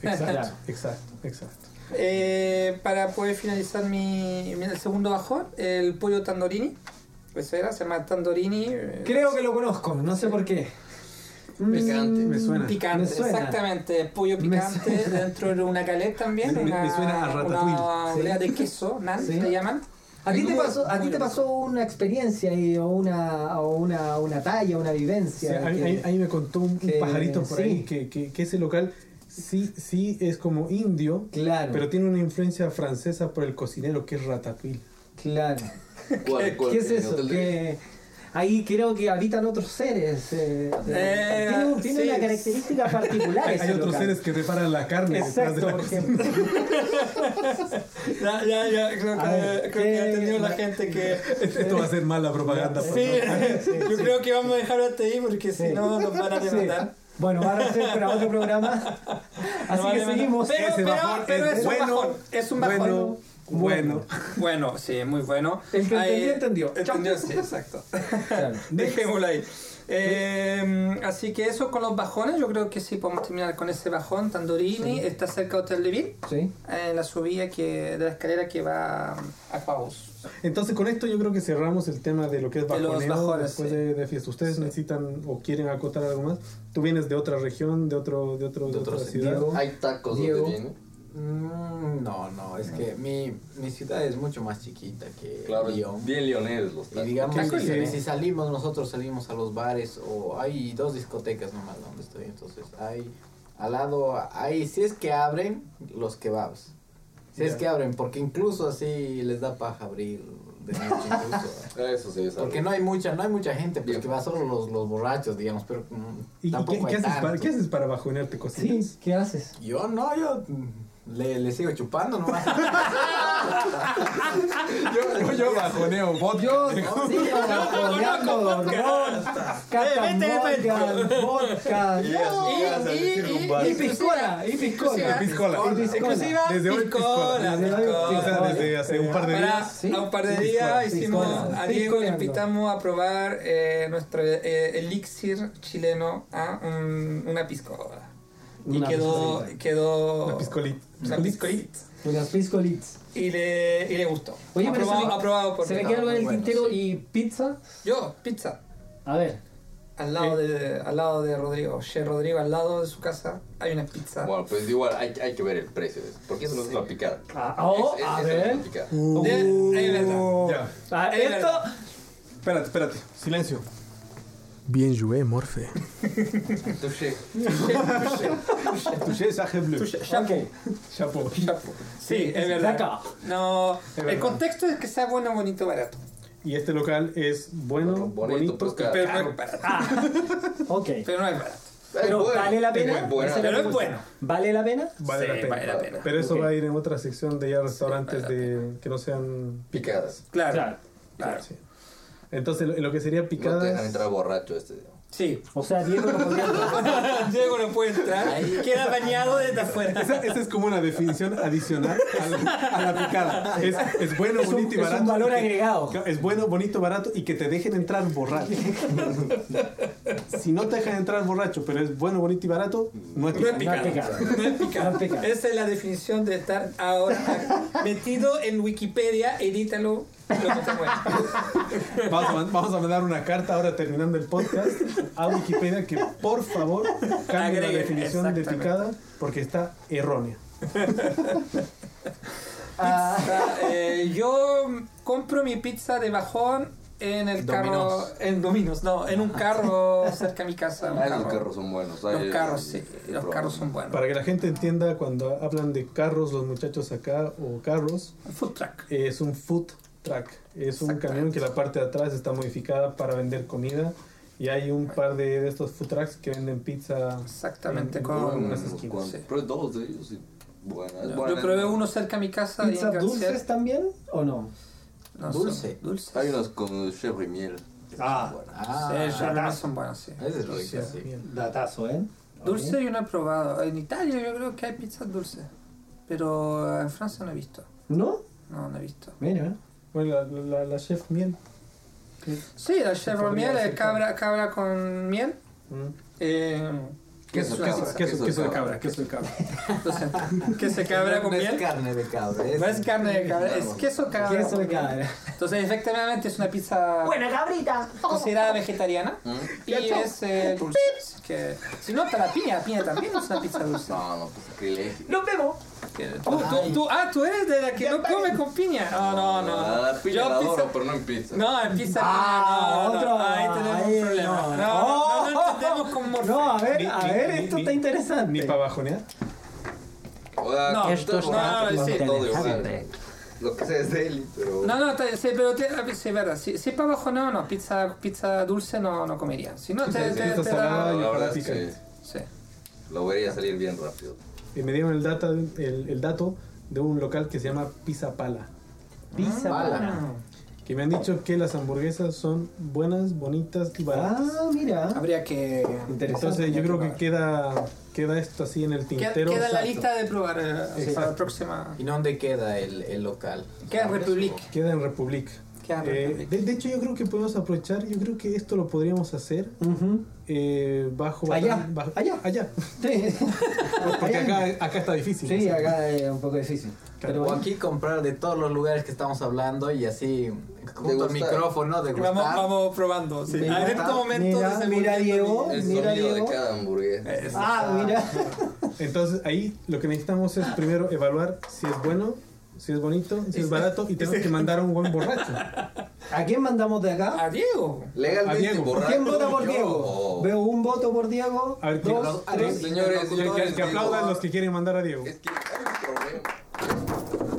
Speaker 2: Exacto,
Speaker 6: Claro.
Speaker 2: exacto, exacto.
Speaker 12: Eh, para poder finalizar mi, mi- el segundo bajón, el pollo tandorini. Eso era, se llama tandorini. eh,
Speaker 6: Creo que lo conozco, no sé por qué.
Speaker 5: Mm,
Speaker 3: Picante.
Speaker 2: Me suena.
Speaker 12: Picante,
Speaker 6: Me suena.
Speaker 12: exactamente. Pollo
Speaker 6: Me
Speaker 12: picante dentro de una galeta también.
Speaker 2: Me- me-
Speaker 12: una,
Speaker 2: me suena a ratatouille.
Speaker 12: Una
Speaker 6: Sí.
Speaker 12: oblea de queso, nan,
Speaker 6: Sí.
Speaker 12: le llaman.
Speaker 6: ¿A ti te
Speaker 12: Muy-
Speaker 6: pasó, a ti
Speaker 12: muy
Speaker 6: te
Speaker 12: rico.
Speaker 6: pasó una experiencia y, o una, o una, una talla, una
Speaker 2: Sí,
Speaker 6: vivencia?
Speaker 2: a, mí,
Speaker 6: que-
Speaker 2: a mí- a mí me contó un, un
Speaker 6: que-
Speaker 2: pajarito por
Speaker 6: sí.
Speaker 2: ahí que, que- que ese local sí, sí es como indio,
Speaker 6: Claro,
Speaker 2: pero tiene una influencia francesa por el cocinero que es ratatouille.
Speaker 6: claro.
Speaker 3: ¿Cuál, cuál?
Speaker 6: ¿Qué es
Speaker 3: ¿En el
Speaker 6: eso?
Speaker 3: hotel de-
Speaker 6: Que ahí creo que habitan otros seres. eh,
Speaker 12: Eh,
Speaker 6: tiene un- tiene
Speaker 12: sí.
Speaker 6: una característica particular.
Speaker 2: Hay,
Speaker 6: ese
Speaker 2: hay otros
Speaker 6: local.
Speaker 2: seres que preparan la carne. detrás de
Speaker 6: Exacto,
Speaker 2: la
Speaker 6: por
Speaker 2: cocina.
Speaker 6: ejemplo.
Speaker 12: Ya, ya, ya, creo
Speaker 6: A
Speaker 12: que,
Speaker 6: ver, eh,
Speaker 12: creo que
Speaker 6: ¿qué-
Speaker 12: ha entendido la gente que.
Speaker 2: Esto va a ser mala propaganda. por
Speaker 12: Sí,
Speaker 2: favor.
Speaker 12: yo creo que vamos a dejar hasta ahí porque si
Speaker 6: Sí.
Speaker 12: no nos van a
Speaker 6: Sí.
Speaker 12: demandar.
Speaker 6: Bueno, van a ser para otro programa. Así
Speaker 12: Nos van a
Speaker 6: que
Speaker 12: demandar.
Speaker 6: seguimos.
Speaker 12: Pero,
Speaker 2: Ese
Speaker 12: pero,
Speaker 2: bajón
Speaker 12: pero
Speaker 2: es
Speaker 12: es, un
Speaker 2: bueno,
Speaker 12: bajón. Es un bajón.
Speaker 2: Bueno, bueno.
Speaker 12: Bueno, sí, muy bueno.
Speaker 6: El que
Speaker 12: Ahí-
Speaker 6: entendió, entendió.
Speaker 12: Entendió, sí, exacto.
Speaker 6: Claro.
Speaker 12: Dejémoslo ahí. Eh, así que eso con los bajones, yo creo que sí podemos terminar con ese bajón. Tandorini está cerca de Hotel Levin,
Speaker 6: Sí.
Speaker 12: en la subida que, de la escalera que va a Paus.
Speaker 2: Entonces, con esto yo creo que cerramos el tema de lo que es
Speaker 12: De los
Speaker 2: bajoneo
Speaker 12: bajones,
Speaker 2: después
Speaker 12: sí.
Speaker 2: de, de fiesta. ¿Ustedes necesitan o quieren acotar algo más? Tú vienes de otra región, de otro, de otro, de
Speaker 5: otro
Speaker 2: otra
Speaker 5: sentido.
Speaker 2: ciudad.
Speaker 6: Diego,
Speaker 3: Hay tacos
Speaker 6: Diego.
Speaker 3: donde viene.
Speaker 5: Mm, no, no, es que mi, mi ciudad es mucho más chiquita que
Speaker 3: Claro,
Speaker 5: Lyon.
Speaker 3: bien leoneros los
Speaker 5: Y
Speaker 3: tacos.
Speaker 5: digamos,
Speaker 3: ¿Qué
Speaker 5: que si,
Speaker 3: coño?
Speaker 2: ¿eh?
Speaker 5: si salimos, nosotros salimos a los bares o hay dos discotecas nomás donde estoy. Entonces, hay al lado, hay, si es que abren, los kebabs. Si es
Speaker 3: Ya.
Speaker 5: que abren, porque incluso así les da paja abrir de noche incluso.
Speaker 3: Eso sí, es algo.
Speaker 5: Porque no hay mucha, no hay mucha gente, pues que va solo los, los borrachos, digamos, pero mm,
Speaker 2: ¿Y, y qué,
Speaker 5: tampoco
Speaker 2: qué
Speaker 5: hay
Speaker 2: haces para,
Speaker 5: tanto.
Speaker 2: qué haces para bajonearte cositas?
Speaker 6: ¿qué haces?
Speaker 5: Yo no, yo mm, le, le sigo chupando nomás. yo, yo, yo bajoneo
Speaker 2: Oh,
Speaker 6: Yo
Speaker 5: vodka. sigo
Speaker 6: bajoneando vodka. Catamogan, vodka.
Speaker 3: Y a su casa, decirle un bar.
Speaker 6: Y piscola, y piscola.
Speaker 2: Piscola.
Speaker 6: Y piscola.
Speaker 2: Desde hoy piscola.
Speaker 6: Desde hoy,
Speaker 2: O sea,
Speaker 6: piscola.
Speaker 2: desde hace un par de
Speaker 12: Para
Speaker 2: días.
Speaker 12: a un par de
Speaker 6: piscola,
Speaker 12: días hicimos
Speaker 6: piscola,
Speaker 12: a Diego le
Speaker 6: piscoleando.
Speaker 12: invitamos a probar eh, nuestro eh, elixir chileno a un- una piscola. Y
Speaker 6: Una
Speaker 12: quedó,
Speaker 6: piscolita.
Speaker 12: quedó
Speaker 2: Una piscolita.
Speaker 12: una piscolita.
Speaker 6: Unas piscolitas.
Speaker 12: Y le, y le gustó.
Speaker 6: Oye, pero
Speaker 12: aprobado,
Speaker 6: se me-
Speaker 12: aprobado por
Speaker 6: Se me
Speaker 12: mí.
Speaker 6: queda algo en el
Speaker 5: bueno,
Speaker 6: tintero y pizza.
Speaker 12: Yo, pizza.
Speaker 6: A ver.
Speaker 12: Al lado, de, al lado de Rodrigo, Che Rodrigo, al lado de su casa hay una pizza.
Speaker 3: Bueno, pues igual hay, hay que ver el precio de eso, porque eso no es la picada.
Speaker 6: Ah, oh,
Speaker 3: Es- es-
Speaker 6: a
Speaker 3: esa no es
Speaker 6: ver.
Speaker 3: la picada.
Speaker 12: De- ahí es verdad.
Speaker 2: Ya.
Speaker 6: Ah,
Speaker 12: Ahí
Speaker 6: esto.
Speaker 12: verdad.
Speaker 2: Espérate, espérate. Silencio.
Speaker 15: Bien joué, Morphe.
Speaker 3: Entonces,
Speaker 2: Touché, sage bleu.
Speaker 6: Ok,
Speaker 2: Chapo.
Speaker 12: Sí, es
Speaker 6: de
Speaker 12: verdad.
Speaker 6: acá.
Speaker 12: No, el
Speaker 2: verdad.
Speaker 12: contexto es que sea bueno, bonito, barato.
Speaker 2: Y este local es bueno,
Speaker 3: bonito,
Speaker 2: bonito.
Speaker 3: pues claro.
Speaker 12: Pero no es barato.
Speaker 6: Ok.
Speaker 12: Pero no es barato.
Speaker 6: Pero
Speaker 3: bueno,
Speaker 6: vale la
Speaker 3: es
Speaker 6: pena.
Speaker 3: muy bueno.
Speaker 6: Esa la
Speaker 12: Pero es
Speaker 6: pregunta.
Speaker 12: bueno.
Speaker 6: ¿Vale la pena?
Speaker 2: Vale
Speaker 12: Sí,
Speaker 2: la pena.
Speaker 12: vale la pena.
Speaker 2: Pero eso
Speaker 6: Ok.
Speaker 2: va a ir en otra sección de ya restaurantes
Speaker 12: vale la
Speaker 2: de que no sean
Speaker 3: Picadas.
Speaker 12: Claro,
Speaker 6: Claro.
Speaker 12: claro. claro.
Speaker 2: Sí. Entonces, lo, lo que sería
Speaker 3: No te dejan
Speaker 2: picadas.
Speaker 3: entrar borracho este.
Speaker 12: Sí.
Speaker 6: O sea, Diego no podría.
Speaker 12: Diego no puede entrar. Queda bañado desde afuera.
Speaker 2: Esa, esa es como una definición adicional a la, a la picada. Es, es bueno,
Speaker 6: Es un,
Speaker 2: bonito y
Speaker 6: es
Speaker 2: barato.
Speaker 6: un valor agregado.
Speaker 2: Es bueno, bonito, barato y que te dejen entrar borracho. si no te dejan entrar borracho, pero es bueno, bonito y barato, no es
Speaker 12: No es
Speaker 2: picada.
Speaker 12: picado.
Speaker 6: picado.
Speaker 12: No es picado.
Speaker 6: No es picado.
Speaker 12: Esa es la definición de estar ahora metido en Wikipedia. Edítalo lo que te muera.
Speaker 2: Vamos a, man- vamos a mandar una carta ahora terminando el podcast a Wikipedia que por favor cambie la
Speaker 12: Agreguen,
Speaker 2: definición de
Speaker 12: exactamente.
Speaker 2: picada porque está errónea.
Speaker 12: O sea, eh, yo compro mi pizza de bajón en el carro.
Speaker 5: Domino's.
Speaker 12: En Dominos, no, en un carro cerca de mi casa. un
Speaker 3: Ah,
Speaker 12: carro.
Speaker 3: los carros son buenos.
Speaker 12: Los
Speaker 3: Ay,
Speaker 12: carros,
Speaker 3: eh,
Speaker 12: sí.
Speaker 3: eh,
Speaker 12: Los
Speaker 3: probado.
Speaker 12: carros son buenos.
Speaker 2: Para que la gente entienda cuando hablan de carros los muchachos acá o carros,
Speaker 12: Food truck.
Speaker 2: eh, es un food truck, es un camión que la parte de atrás está modificada para vender comida y hay un par de, de estos food trucks que venden pizza.
Speaker 12: Exactamente.
Speaker 2: En-
Speaker 12: Con,
Speaker 2: en
Speaker 3: Bueno,
Speaker 2: unas esquinas.
Speaker 3: con-
Speaker 12: Sí.
Speaker 3: Pero dos de ellos, sí. Bueno, es bueno.
Speaker 12: yo probé uno cerca de mi casa. ahí en
Speaker 6: ¿Pizzas
Speaker 12: García.
Speaker 6: dulces también o no?
Speaker 12: No,
Speaker 5: Dulce.
Speaker 12: son Dulces.
Speaker 3: Hay unos con chef y miel.
Speaker 6: Ah.
Speaker 3: Bueno.
Speaker 5: Ah,
Speaker 12: Sí, ya no son buenos, sí.
Speaker 5: ese es rico, sí.
Speaker 6: Datazo, ¿eh?
Speaker 12: Dulce yo no he probado. En Italia yo creo que hay pizzas dulces. Pero en Francia no he visto.
Speaker 6: ¿No?
Speaker 12: No, no he visto.
Speaker 6: Mira.
Speaker 2: Bueno, la, la- la chef miel.
Speaker 12: Sí, la chevron
Speaker 2: podría
Speaker 12: miel es
Speaker 2: hacer
Speaker 12: cabra, cabra con miel. Eh,
Speaker 3: Queso,
Speaker 12: queso,
Speaker 3: queso,
Speaker 2: Queso, queso de
Speaker 3: cabra.
Speaker 2: cabra, queso de cabra.
Speaker 12: Lo siento. queso de cabra con
Speaker 5: No es
Speaker 12: miel.
Speaker 5: carne de cabra. es-
Speaker 12: No es carne de cabra, es queso cabra.
Speaker 6: Queso de
Speaker 12: con miel.
Speaker 6: cabra.
Speaker 12: Entonces, efectivamente es una pizza
Speaker 16: cabrita.
Speaker 12: considerada vegetariana. Y es eh, dulce. así que, si no, está la piña, la piña también es una pizza dulce.
Speaker 3: No, no, pues sacrilegio.
Speaker 12: ¡Nos vemos! Tú, tú, tú, ah, tú eres de la que no come con piña. No, no, no.
Speaker 3: Ah, la piña
Speaker 12: Yo
Speaker 3: la
Speaker 12: pizza-
Speaker 3: adoro, pero no en pizza.
Speaker 12: No, en pizza
Speaker 6: Ah,
Speaker 12: no, no,
Speaker 6: otro.
Speaker 12: no, ahí tenemos
Speaker 6: Ahí,
Speaker 12: un problema.
Speaker 6: no.
Speaker 12: No, no, no,
Speaker 6: Oh.
Speaker 12: entendemos con morfe.
Speaker 6: No, a ver,
Speaker 2: Ni-
Speaker 6: a
Speaker 2: ni-
Speaker 6: ver,
Speaker 2: ni-
Speaker 6: esto
Speaker 2: ni-
Speaker 6: está interesante.
Speaker 2: Ni para bajonear.
Speaker 3: Hola,
Speaker 12: No,
Speaker 3: ¿cómo
Speaker 12: esto
Speaker 3: estás? Bueno,
Speaker 12: está interesante.
Speaker 3: pues, todo igual. Lo que sea es deli, pero.
Speaker 12: No, no, está- sí, pero te, a ver, sí, es verdad. Si, si es para abajo, no, no. Pizza, pizza dulce no, no comería. Si no, te, te,
Speaker 2: pizza
Speaker 12: te
Speaker 2: salada
Speaker 12: da.
Speaker 2: y
Speaker 3: la
Speaker 2: ojalá
Speaker 3: verdad es que
Speaker 2: picante.
Speaker 12: Sí.
Speaker 3: lo vería salir bien rápido.
Speaker 2: Y me dieron el, data, el, el dato de un local que se llama Pizza Pala.
Speaker 6: Pizza.
Speaker 5: Pala.
Speaker 2: Que me han dicho que las hamburguesas son buenas, bonitas y baratas.
Speaker 6: Ah, mira.
Speaker 12: Habría que.
Speaker 6: Interesante.
Speaker 2: Entonces yo creo que queda, queda esto así en el
Speaker 12: Queda,
Speaker 2: tintero.
Speaker 12: queda en la
Speaker 2: Exacto.
Speaker 12: lista de probar eh,
Speaker 2: Exacto.
Speaker 12: para la próxima.
Speaker 5: ¿Y dónde queda el, el local?
Speaker 12: Queda en Republic.
Speaker 2: Queda en Republic.
Speaker 12: Queda en
Speaker 2: Eh,
Speaker 12: Republic.
Speaker 2: de, de hecho yo creo que podemos aprovechar, yo creo que esto lo podríamos hacer
Speaker 6: Ujú.
Speaker 2: eh, bajo...
Speaker 6: Allá,
Speaker 2: batán- bajo-
Speaker 6: allá.
Speaker 2: allá.
Speaker 6: Sí.
Speaker 2: Porque
Speaker 6: Allá.
Speaker 2: acá, acá está difícil.
Speaker 6: Sí, acá es un poco difícil. Pero
Speaker 5: O
Speaker 6: bueno.
Speaker 5: aquí comprar de todos los lugares que estamos hablando y así junto al
Speaker 3: Degustar.
Speaker 5: micrófono de
Speaker 12: Vamos, vamos probando. Sí.
Speaker 5: Me
Speaker 12: Ah, En
Speaker 5: gusta.
Speaker 12: este momento.
Speaker 6: Mira,
Speaker 12: desde el
Speaker 6: mira,
Speaker 12: momento-
Speaker 6: Diego.
Speaker 3: El
Speaker 6: Mira,
Speaker 3: sonido de
Speaker 6: Diego.
Speaker 3: cada hamburguesa.
Speaker 6: Ah, mira.
Speaker 17: Entonces ahí lo que necesitamos es primero evaluar si es bueno, si es bonito, si es barato y tenemos que mandar a un buen borracho.
Speaker 6: ¿A quién mandamos de acá?
Speaker 12: A Diego.
Speaker 3: Legalmente
Speaker 17: A Diego.
Speaker 3: borracho.
Speaker 6: ¿Quién vota por
Speaker 3: yo.
Speaker 6: Diego? Veo un voto por Diego.
Speaker 17: A ver, ¿quién-
Speaker 6: dos,
Speaker 3: a
Speaker 6: tres.
Speaker 3: los señores,
Speaker 17: Que- que, que aplaudan los que quieren mandar a Diego.
Speaker 3: Es que hay un problema.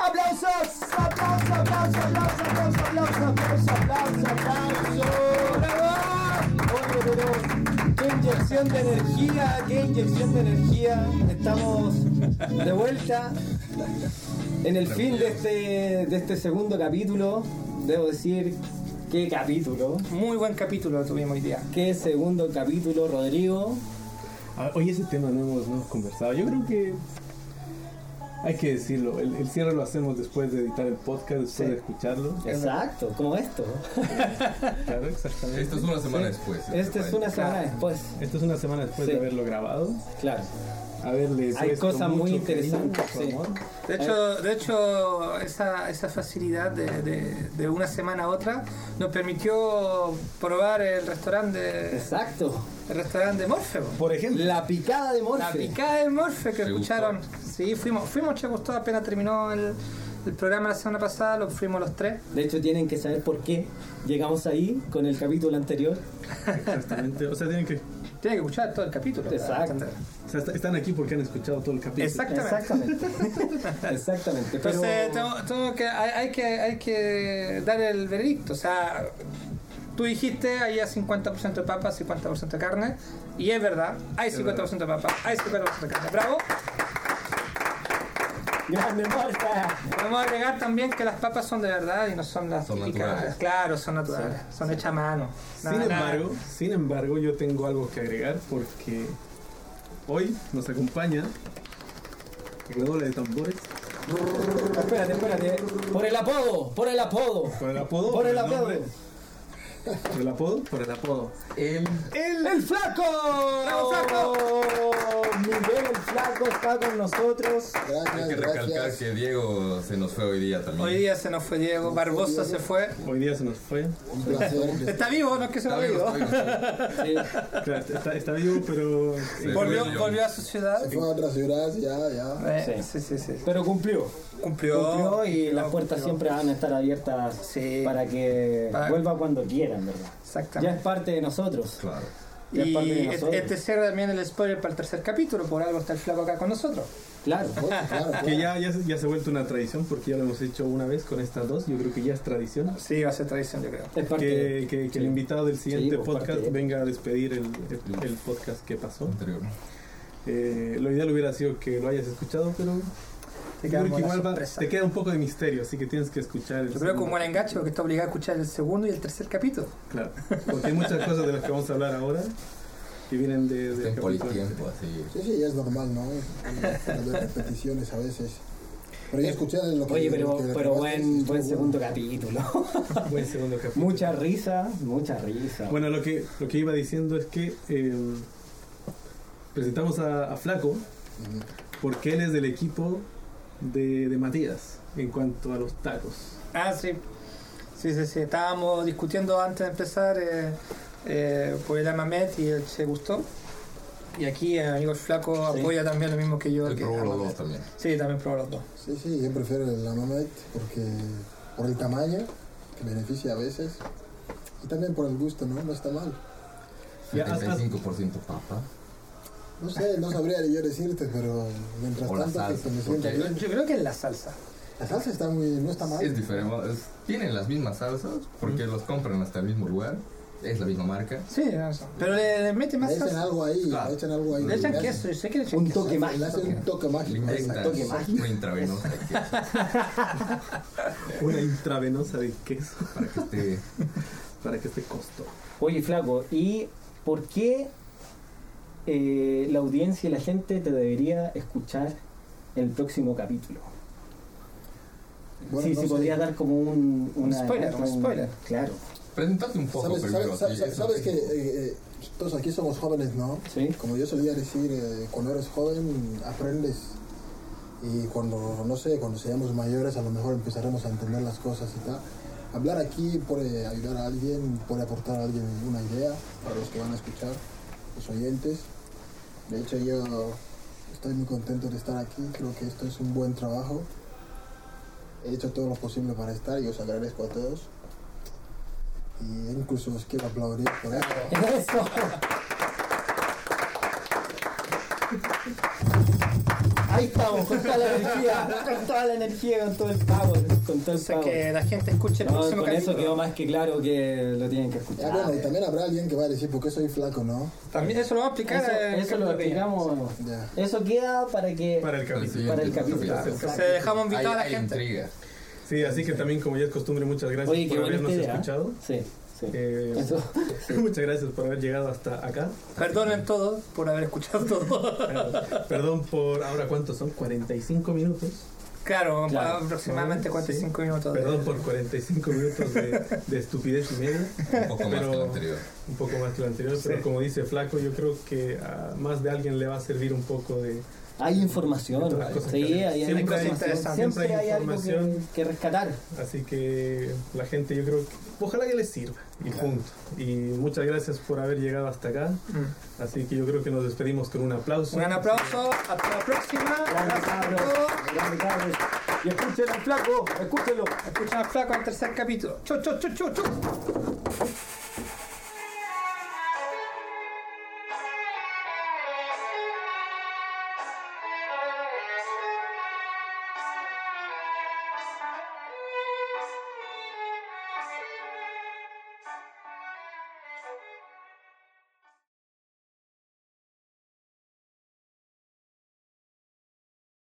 Speaker 6: ¡Aplausos! ¡Aplausos! ¡Aplausos! ¡Aplausos! ¡Aplausos! ¡Aplausos! ¡Aplausos! ¡Aplausos! ¡Bravo! Oye, pero qué inyección de energía, qué inyección de energía. Estamos de vuelta en el fin de este, de este segundo capítulo. Debo decir, qué capítulo.
Speaker 12: Muy buen capítulo tuvimos hoy día.
Speaker 6: Qué segundo capítulo, Rodrigo.
Speaker 2: Ah, Oye, ese tema no hemos, no hemos conversado. Yo creo que hay que decirlo. El, el cierre lo hacemos después de editar el podcast, después de escucharlo.
Speaker 6: Exacto, como esto.
Speaker 2: Claro, exactamente.
Speaker 3: Esto es una semana después. este
Speaker 6: Esta Este es una semana después.
Speaker 2: Esto es una semana después
Speaker 6: Sí.
Speaker 2: de haberlo grabado.
Speaker 6: Claro.
Speaker 2: Haberle
Speaker 6: Hay
Speaker 2: puesto
Speaker 6: cosas muy
Speaker 2: mucho cariño,
Speaker 6: interesantes,
Speaker 2: mucho
Speaker 6: sí.
Speaker 2: amor.
Speaker 12: De hecho, de hecho esa, esa facilidad de, de- de una semana a otra nos permitió probar el restaurante
Speaker 6: Exacto.
Speaker 12: el restaurante de Morfe. po.
Speaker 2: Por ejemplo,
Speaker 6: La picada de Morfe.
Speaker 12: La picada de Morfe que
Speaker 3: Te
Speaker 12: escucharon. Sí, fuimos, fuimos, che, gustó, apenas terminó el, el programa la semana pasada, lo fuimos los tres.
Speaker 6: De hecho, tienen que saber por qué llegamos ahí con el capítulo anterior.
Speaker 18: Exactamente. O sea, tienen que.
Speaker 12: Tienen que escuchar todo el capítulo.
Speaker 6: Exacto.
Speaker 18: o sea, est- están aquí porque han escuchado todo el capítulo.
Speaker 12: Exactamente.
Speaker 6: Exactamente. Exactamente. Pero
Speaker 12: Entonces, tengo- tengo que, hay, hay que, hay que dar el veredicto. O sea, tú dijiste hay 50% de papa, 50% de carne. Y es verdad, hay 50% de papa, hay 50% de carne. Bravo.
Speaker 6: grande Morfa.
Speaker 12: Podemos agregar también que las papas son de verdad y no son las
Speaker 3: Son
Speaker 12: típicas.
Speaker 3: naturales.
Speaker 12: Claro, son naturales. Son hechas a mano.
Speaker 2: Sin embargo, sin embargo, yo tengo algo que agregar porque hoy nos acompaña el redoble de tambores
Speaker 6: Espérate, espérate. Por el apodo, por el apodo.
Speaker 2: por el apodo,
Speaker 6: Por el
Speaker 2: nombre,
Speaker 6: apodo.
Speaker 2: por el apodo, por el apodo.
Speaker 3: El
Speaker 6: ¡El, flaco!
Speaker 12: ¡Bravo, flaco!
Speaker 6: Miguel el flaco está con nosotros.
Speaker 3: Hay
Speaker 19: Gracias,
Speaker 3: que recalcar
Speaker 19: gracias.
Speaker 3: que Diego se nos fue hoy día también.
Speaker 12: Hoy día se nos fue Diego, Barbosa se fue.
Speaker 2: Hoy día se nos fue.
Speaker 19: Un placer.
Speaker 12: Está vivo, no es que se
Speaker 3: Está
Speaker 12: lo
Speaker 3: vivo,
Speaker 12: digo.
Speaker 3: está vivo, está vivo.
Speaker 2: Claro, está, está vivo, pero eh,
Speaker 3: Sí.
Speaker 12: Volvió,
Speaker 3: Volvió.
Speaker 12: volvió a su ciudad.
Speaker 19: Se fue a otra ciudad, ya, ya.
Speaker 12: Eh, Sí, sí, sí.
Speaker 6: Pero cumplió.
Speaker 12: Cumplió.
Speaker 6: Cumplió y las
Speaker 12: Cumplió,
Speaker 6: puertas
Speaker 12: cumplió.
Speaker 6: siempre van a estar abiertas
Speaker 12: Sí.
Speaker 6: para que
Speaker 12: Para-
Speaker 6: vuelva cuando quieran, ¿verdad? Ya
Speaker 12: Exactamente.
Speaker 6: es parte de nosotros.
Speaker 3: Claro.
Speaker 6: Ya es parte de
Speaker 12: Y es-
Speaker 6: nosotros.
Speaker 12: este cierra también el spoiler para el tercer capítulo, por algo está el flaco acá con nosotros.
Speaker 6: Claro.
Speaker 19: Bueno, claro,
Speaker 2: que
Speaker 19: claro.
Speaker 2: ya, ya, se- ya se ha vuelto una tradición porque ya lo hemos hecho una vez con estas dos. Yo creo que ya es tradición.
Speaker 12: Sí, va a ser tradición, yo creo.
Speaker 6: Es parte de-
Speaker 2: Que, que- que el invitado del siguiente
Speaker 6: pues, parte
Speaker 2: podcast
Speaker 6: de-
Speaker 2: venga a despedir el, el- el podcast que pasó.
Speaker 3: Anterior.
Speaker 2: Eh, lo ideal hubiera sido que lo hayas escuchado, pero
Speaker 12: Te
Speaker 2: Yo
Speaker 12: quedamos
Speaker 2: creo que
Speaker 12: la
Speaker 2: igual va-
Speaker 12: sorpresa.
Speaker 2: te queda un poco de misterio, así que tienes que escuchar el
Speaker 12: Yo creo que un
Speaker 2: segundo.
Speaker 12: buen enganche porque está obligado a escuchar el segundo y el tercer capítulo.
Speaker 2: Claro, porque hay muchas cosas de las que vamos a hablar ahora que vienen de... de
Speaker 3: Está en
Speaker 2: capítulo
Speaker 3: politiempo, así.
Speaker 19: Sí, sí, ya es normal, ¿no? Las repeticiones a veces. Pero ya escuché lo que.
Speaker 6: Oye,
Speaker 19: lo
Speaker 6: pero,
Speaker 19: que
Speaker 6: pero
Speaker 19: grabaste,
Speaker 6: buen,
Speaker 19: estuvo
Speaker 6: buen
Speaker 19: bueno.
Speaker 6: segundo capítulo.
Speaker 2: anterior. Buen segundo capítulo.
Speaker 6: mucha risa, mucha risa.
Speaker 2: Bueno, lo que, lo que iba diciendo es que eh, presentamos a, a Flaco porque él es del equipo de, de Matías en cuanto a los tacos.
Speaker 12: Ah, sí. Sí, sí, sí. Estábamos discutiendo antes de empezar eh, eh, por el Amamet y el Se Gustó. Y aquí el amigo el flaco apoya también lo mismo que yo.
Speaker 3: El
Speaker 12: que
Speaker 3: probó los
Speaker 12: Amamet.
Speaker 3: dos también.
Speaker 12: Sí, también probó los dos.
Speaker 19: Sí, sí, yo prefiero el Amamet porque por el tamaño, que beneficia a veces, y también por el gusto, ¿no? No está mal.
Speaker 2: Ya, haz- haz-
Speaker 3: 75% papa.
Speaker 19: No sé, no sabría yo decirte, pero mientras
Speaker 3: O la
Speaker 19: tanto que
Speaker 3: salsa,
Speaker 19: se me sienta
Speaker 3: porque-
Speaker 12: Yo,
Speaker 19: bien.
Speaker 12: yo creo que es la salsa.
Speaker 19: La salsa está muy, no está mal.
Speaker 3: Es diferente. es- tienen las mismas salsas porque los compran hasta el mismo lugar. Es la misma marca.
Speaker 12: Sí, eso. Pero le, le mete más
Speaker 19: Le echan
Speaker 12: salsa.
Speaker 19: algo ahí,
Speaker 3: Claro.
Speaker 19: le echan algo ahí.
Speaker 12: Le echan
Speaker 19: Le hacen-
Speaker 12: queso, yo sé que le echan
Speaker 6: Un
Speaker 12: queso.
Speaker 6: toque
Speaker 19: Le
Speaker 6: mágico.
Speaker 19: hacen un toque mágico.
Speaker 3: Le inyectan
Speaker 19: Toque mágico.
Speaker 3: una intravenosa de queso
Speaker 2: una intravenosa de queso
Speaker 3: para que esté.
Speaker 2: para que esté costo.
Speaker 6: Oye, Flaco, ¿y por qué eh, la audiencia y la gente te debería escuchar el próximo capítulo?
Speaker 19: Bueno,
Speaker 6: sí, sí,
Speaker 19: entonces-
Speaker 6: podría dar como un,
Speaker 19: Un
Speaker 6: una-
Speaker 19: spoiler, un spoiler.
Speaker 6: Claro.
Speaker 3: Presentate un
Speaker 19: ¿Sabes, sabes- sabes- sabes que eh, eh, todos aquí somos jóvenes, ¿no? Como yo solía decir, eh, cuando eres joven aprendes y cuando, no sé, cuando seamos mayores a lo mejor empezaremos a entender las cosas y tal. Hablar aquí puede ayudar a alguien, puede aportar a alguien una idea para los que van a escuchar, los oyentes. De hecho yo estoy muy contento de estar aquí, creo que esto es un buen trabajo. He hecho todo lo posible para estar y os agradezco a todos. Y incluso os quiero aplaudir por eso.
Speaker 6: Eso. Ahí estamos, con toda la energía, con toda la energía, con todo el power, con todo el power.
Speaker 19: que la
Speaker 6: gente escuche
Speaker 19: el próximo
Speaker 6: con eso
Speaker 19: capítulo.
Speaker 6: quedó más que claro que lo tienen que escuchar.
Speaker 19: Ah, bueno, y también habrá alguien que va a decir por qué soy flaco, ¿no?
Speaker 12: También eso lo va a aplicar.
Speaker 6: Eso-
Speaker 12: eh,
Speaker 6: eso lo
Speaker 12: Carlos Peña.
Speaker 6: explicamos.
Speaker 19: Ya.
Speaker 6: Eso queda para que...
Speaker 19: Para el capítulo.
Speaker 6: Para el capítulo.
Speaker 12: Se dejamos invitar a la gente.
Speaker 2: Sí, así que también, como ya es costumbre, muchas gracias
Speaker 6: Oye, qué
Speaker 2: por
Speaker 6: bonita
Speaker 2: habernos
Speaker 6: idea. ¿eh?
Speaker 2: escuchado. Eh,
Speaker 6: Sí,
Speaker 12: Eso.
Speaker 2: Muchas gracias por haber llegado hasta acá.
Speaker 12: Perdonen todos por haber escuchado todo.
Speaker 2: Eh, Perdón por ahora, ¿cuántos son? 45 minutos.
Speaker 12: claro, aproximadamente
Speaker 2: Sí.
Speaker 12: 45 minutos. de-
Speaker 2: Perdón por 45 minutos de, de estupidez y media. Un
Speaker 3: poco más que lo anterior.
Speaker 2: Un poco más que lo anterior, pero como dice Flaco, yo creo que a más de alguien le va a servir un poco de.
Speaker 6: Hay información,
Speaker 2: de las cosas
Speaker 6: sí,
Speaker 2: que
Speaker 6: hay,
Speaker 2: hablamos. siempre hay
Speaker 6: información,
Speaker 2: información. Siempre hay información.
Speaker 6: algo que, que rescatar.
Speaker 2: Así que la gente, yo creo que. Ojalá que les sirva. Y punto. Y muchas gracias por haber llegado hasta acá. Así que yo creo que nos despedimos con un aplauso.
Speaker 12: Un gran aplauso. Hasta la próxima. Gracias a todos.
Speaker 6: Y escuchen al flaco. Escúchenlo.
Speaker 12: Escuchen al flaco en el tercer capítulo. Chau, chau, chau, chau, chau.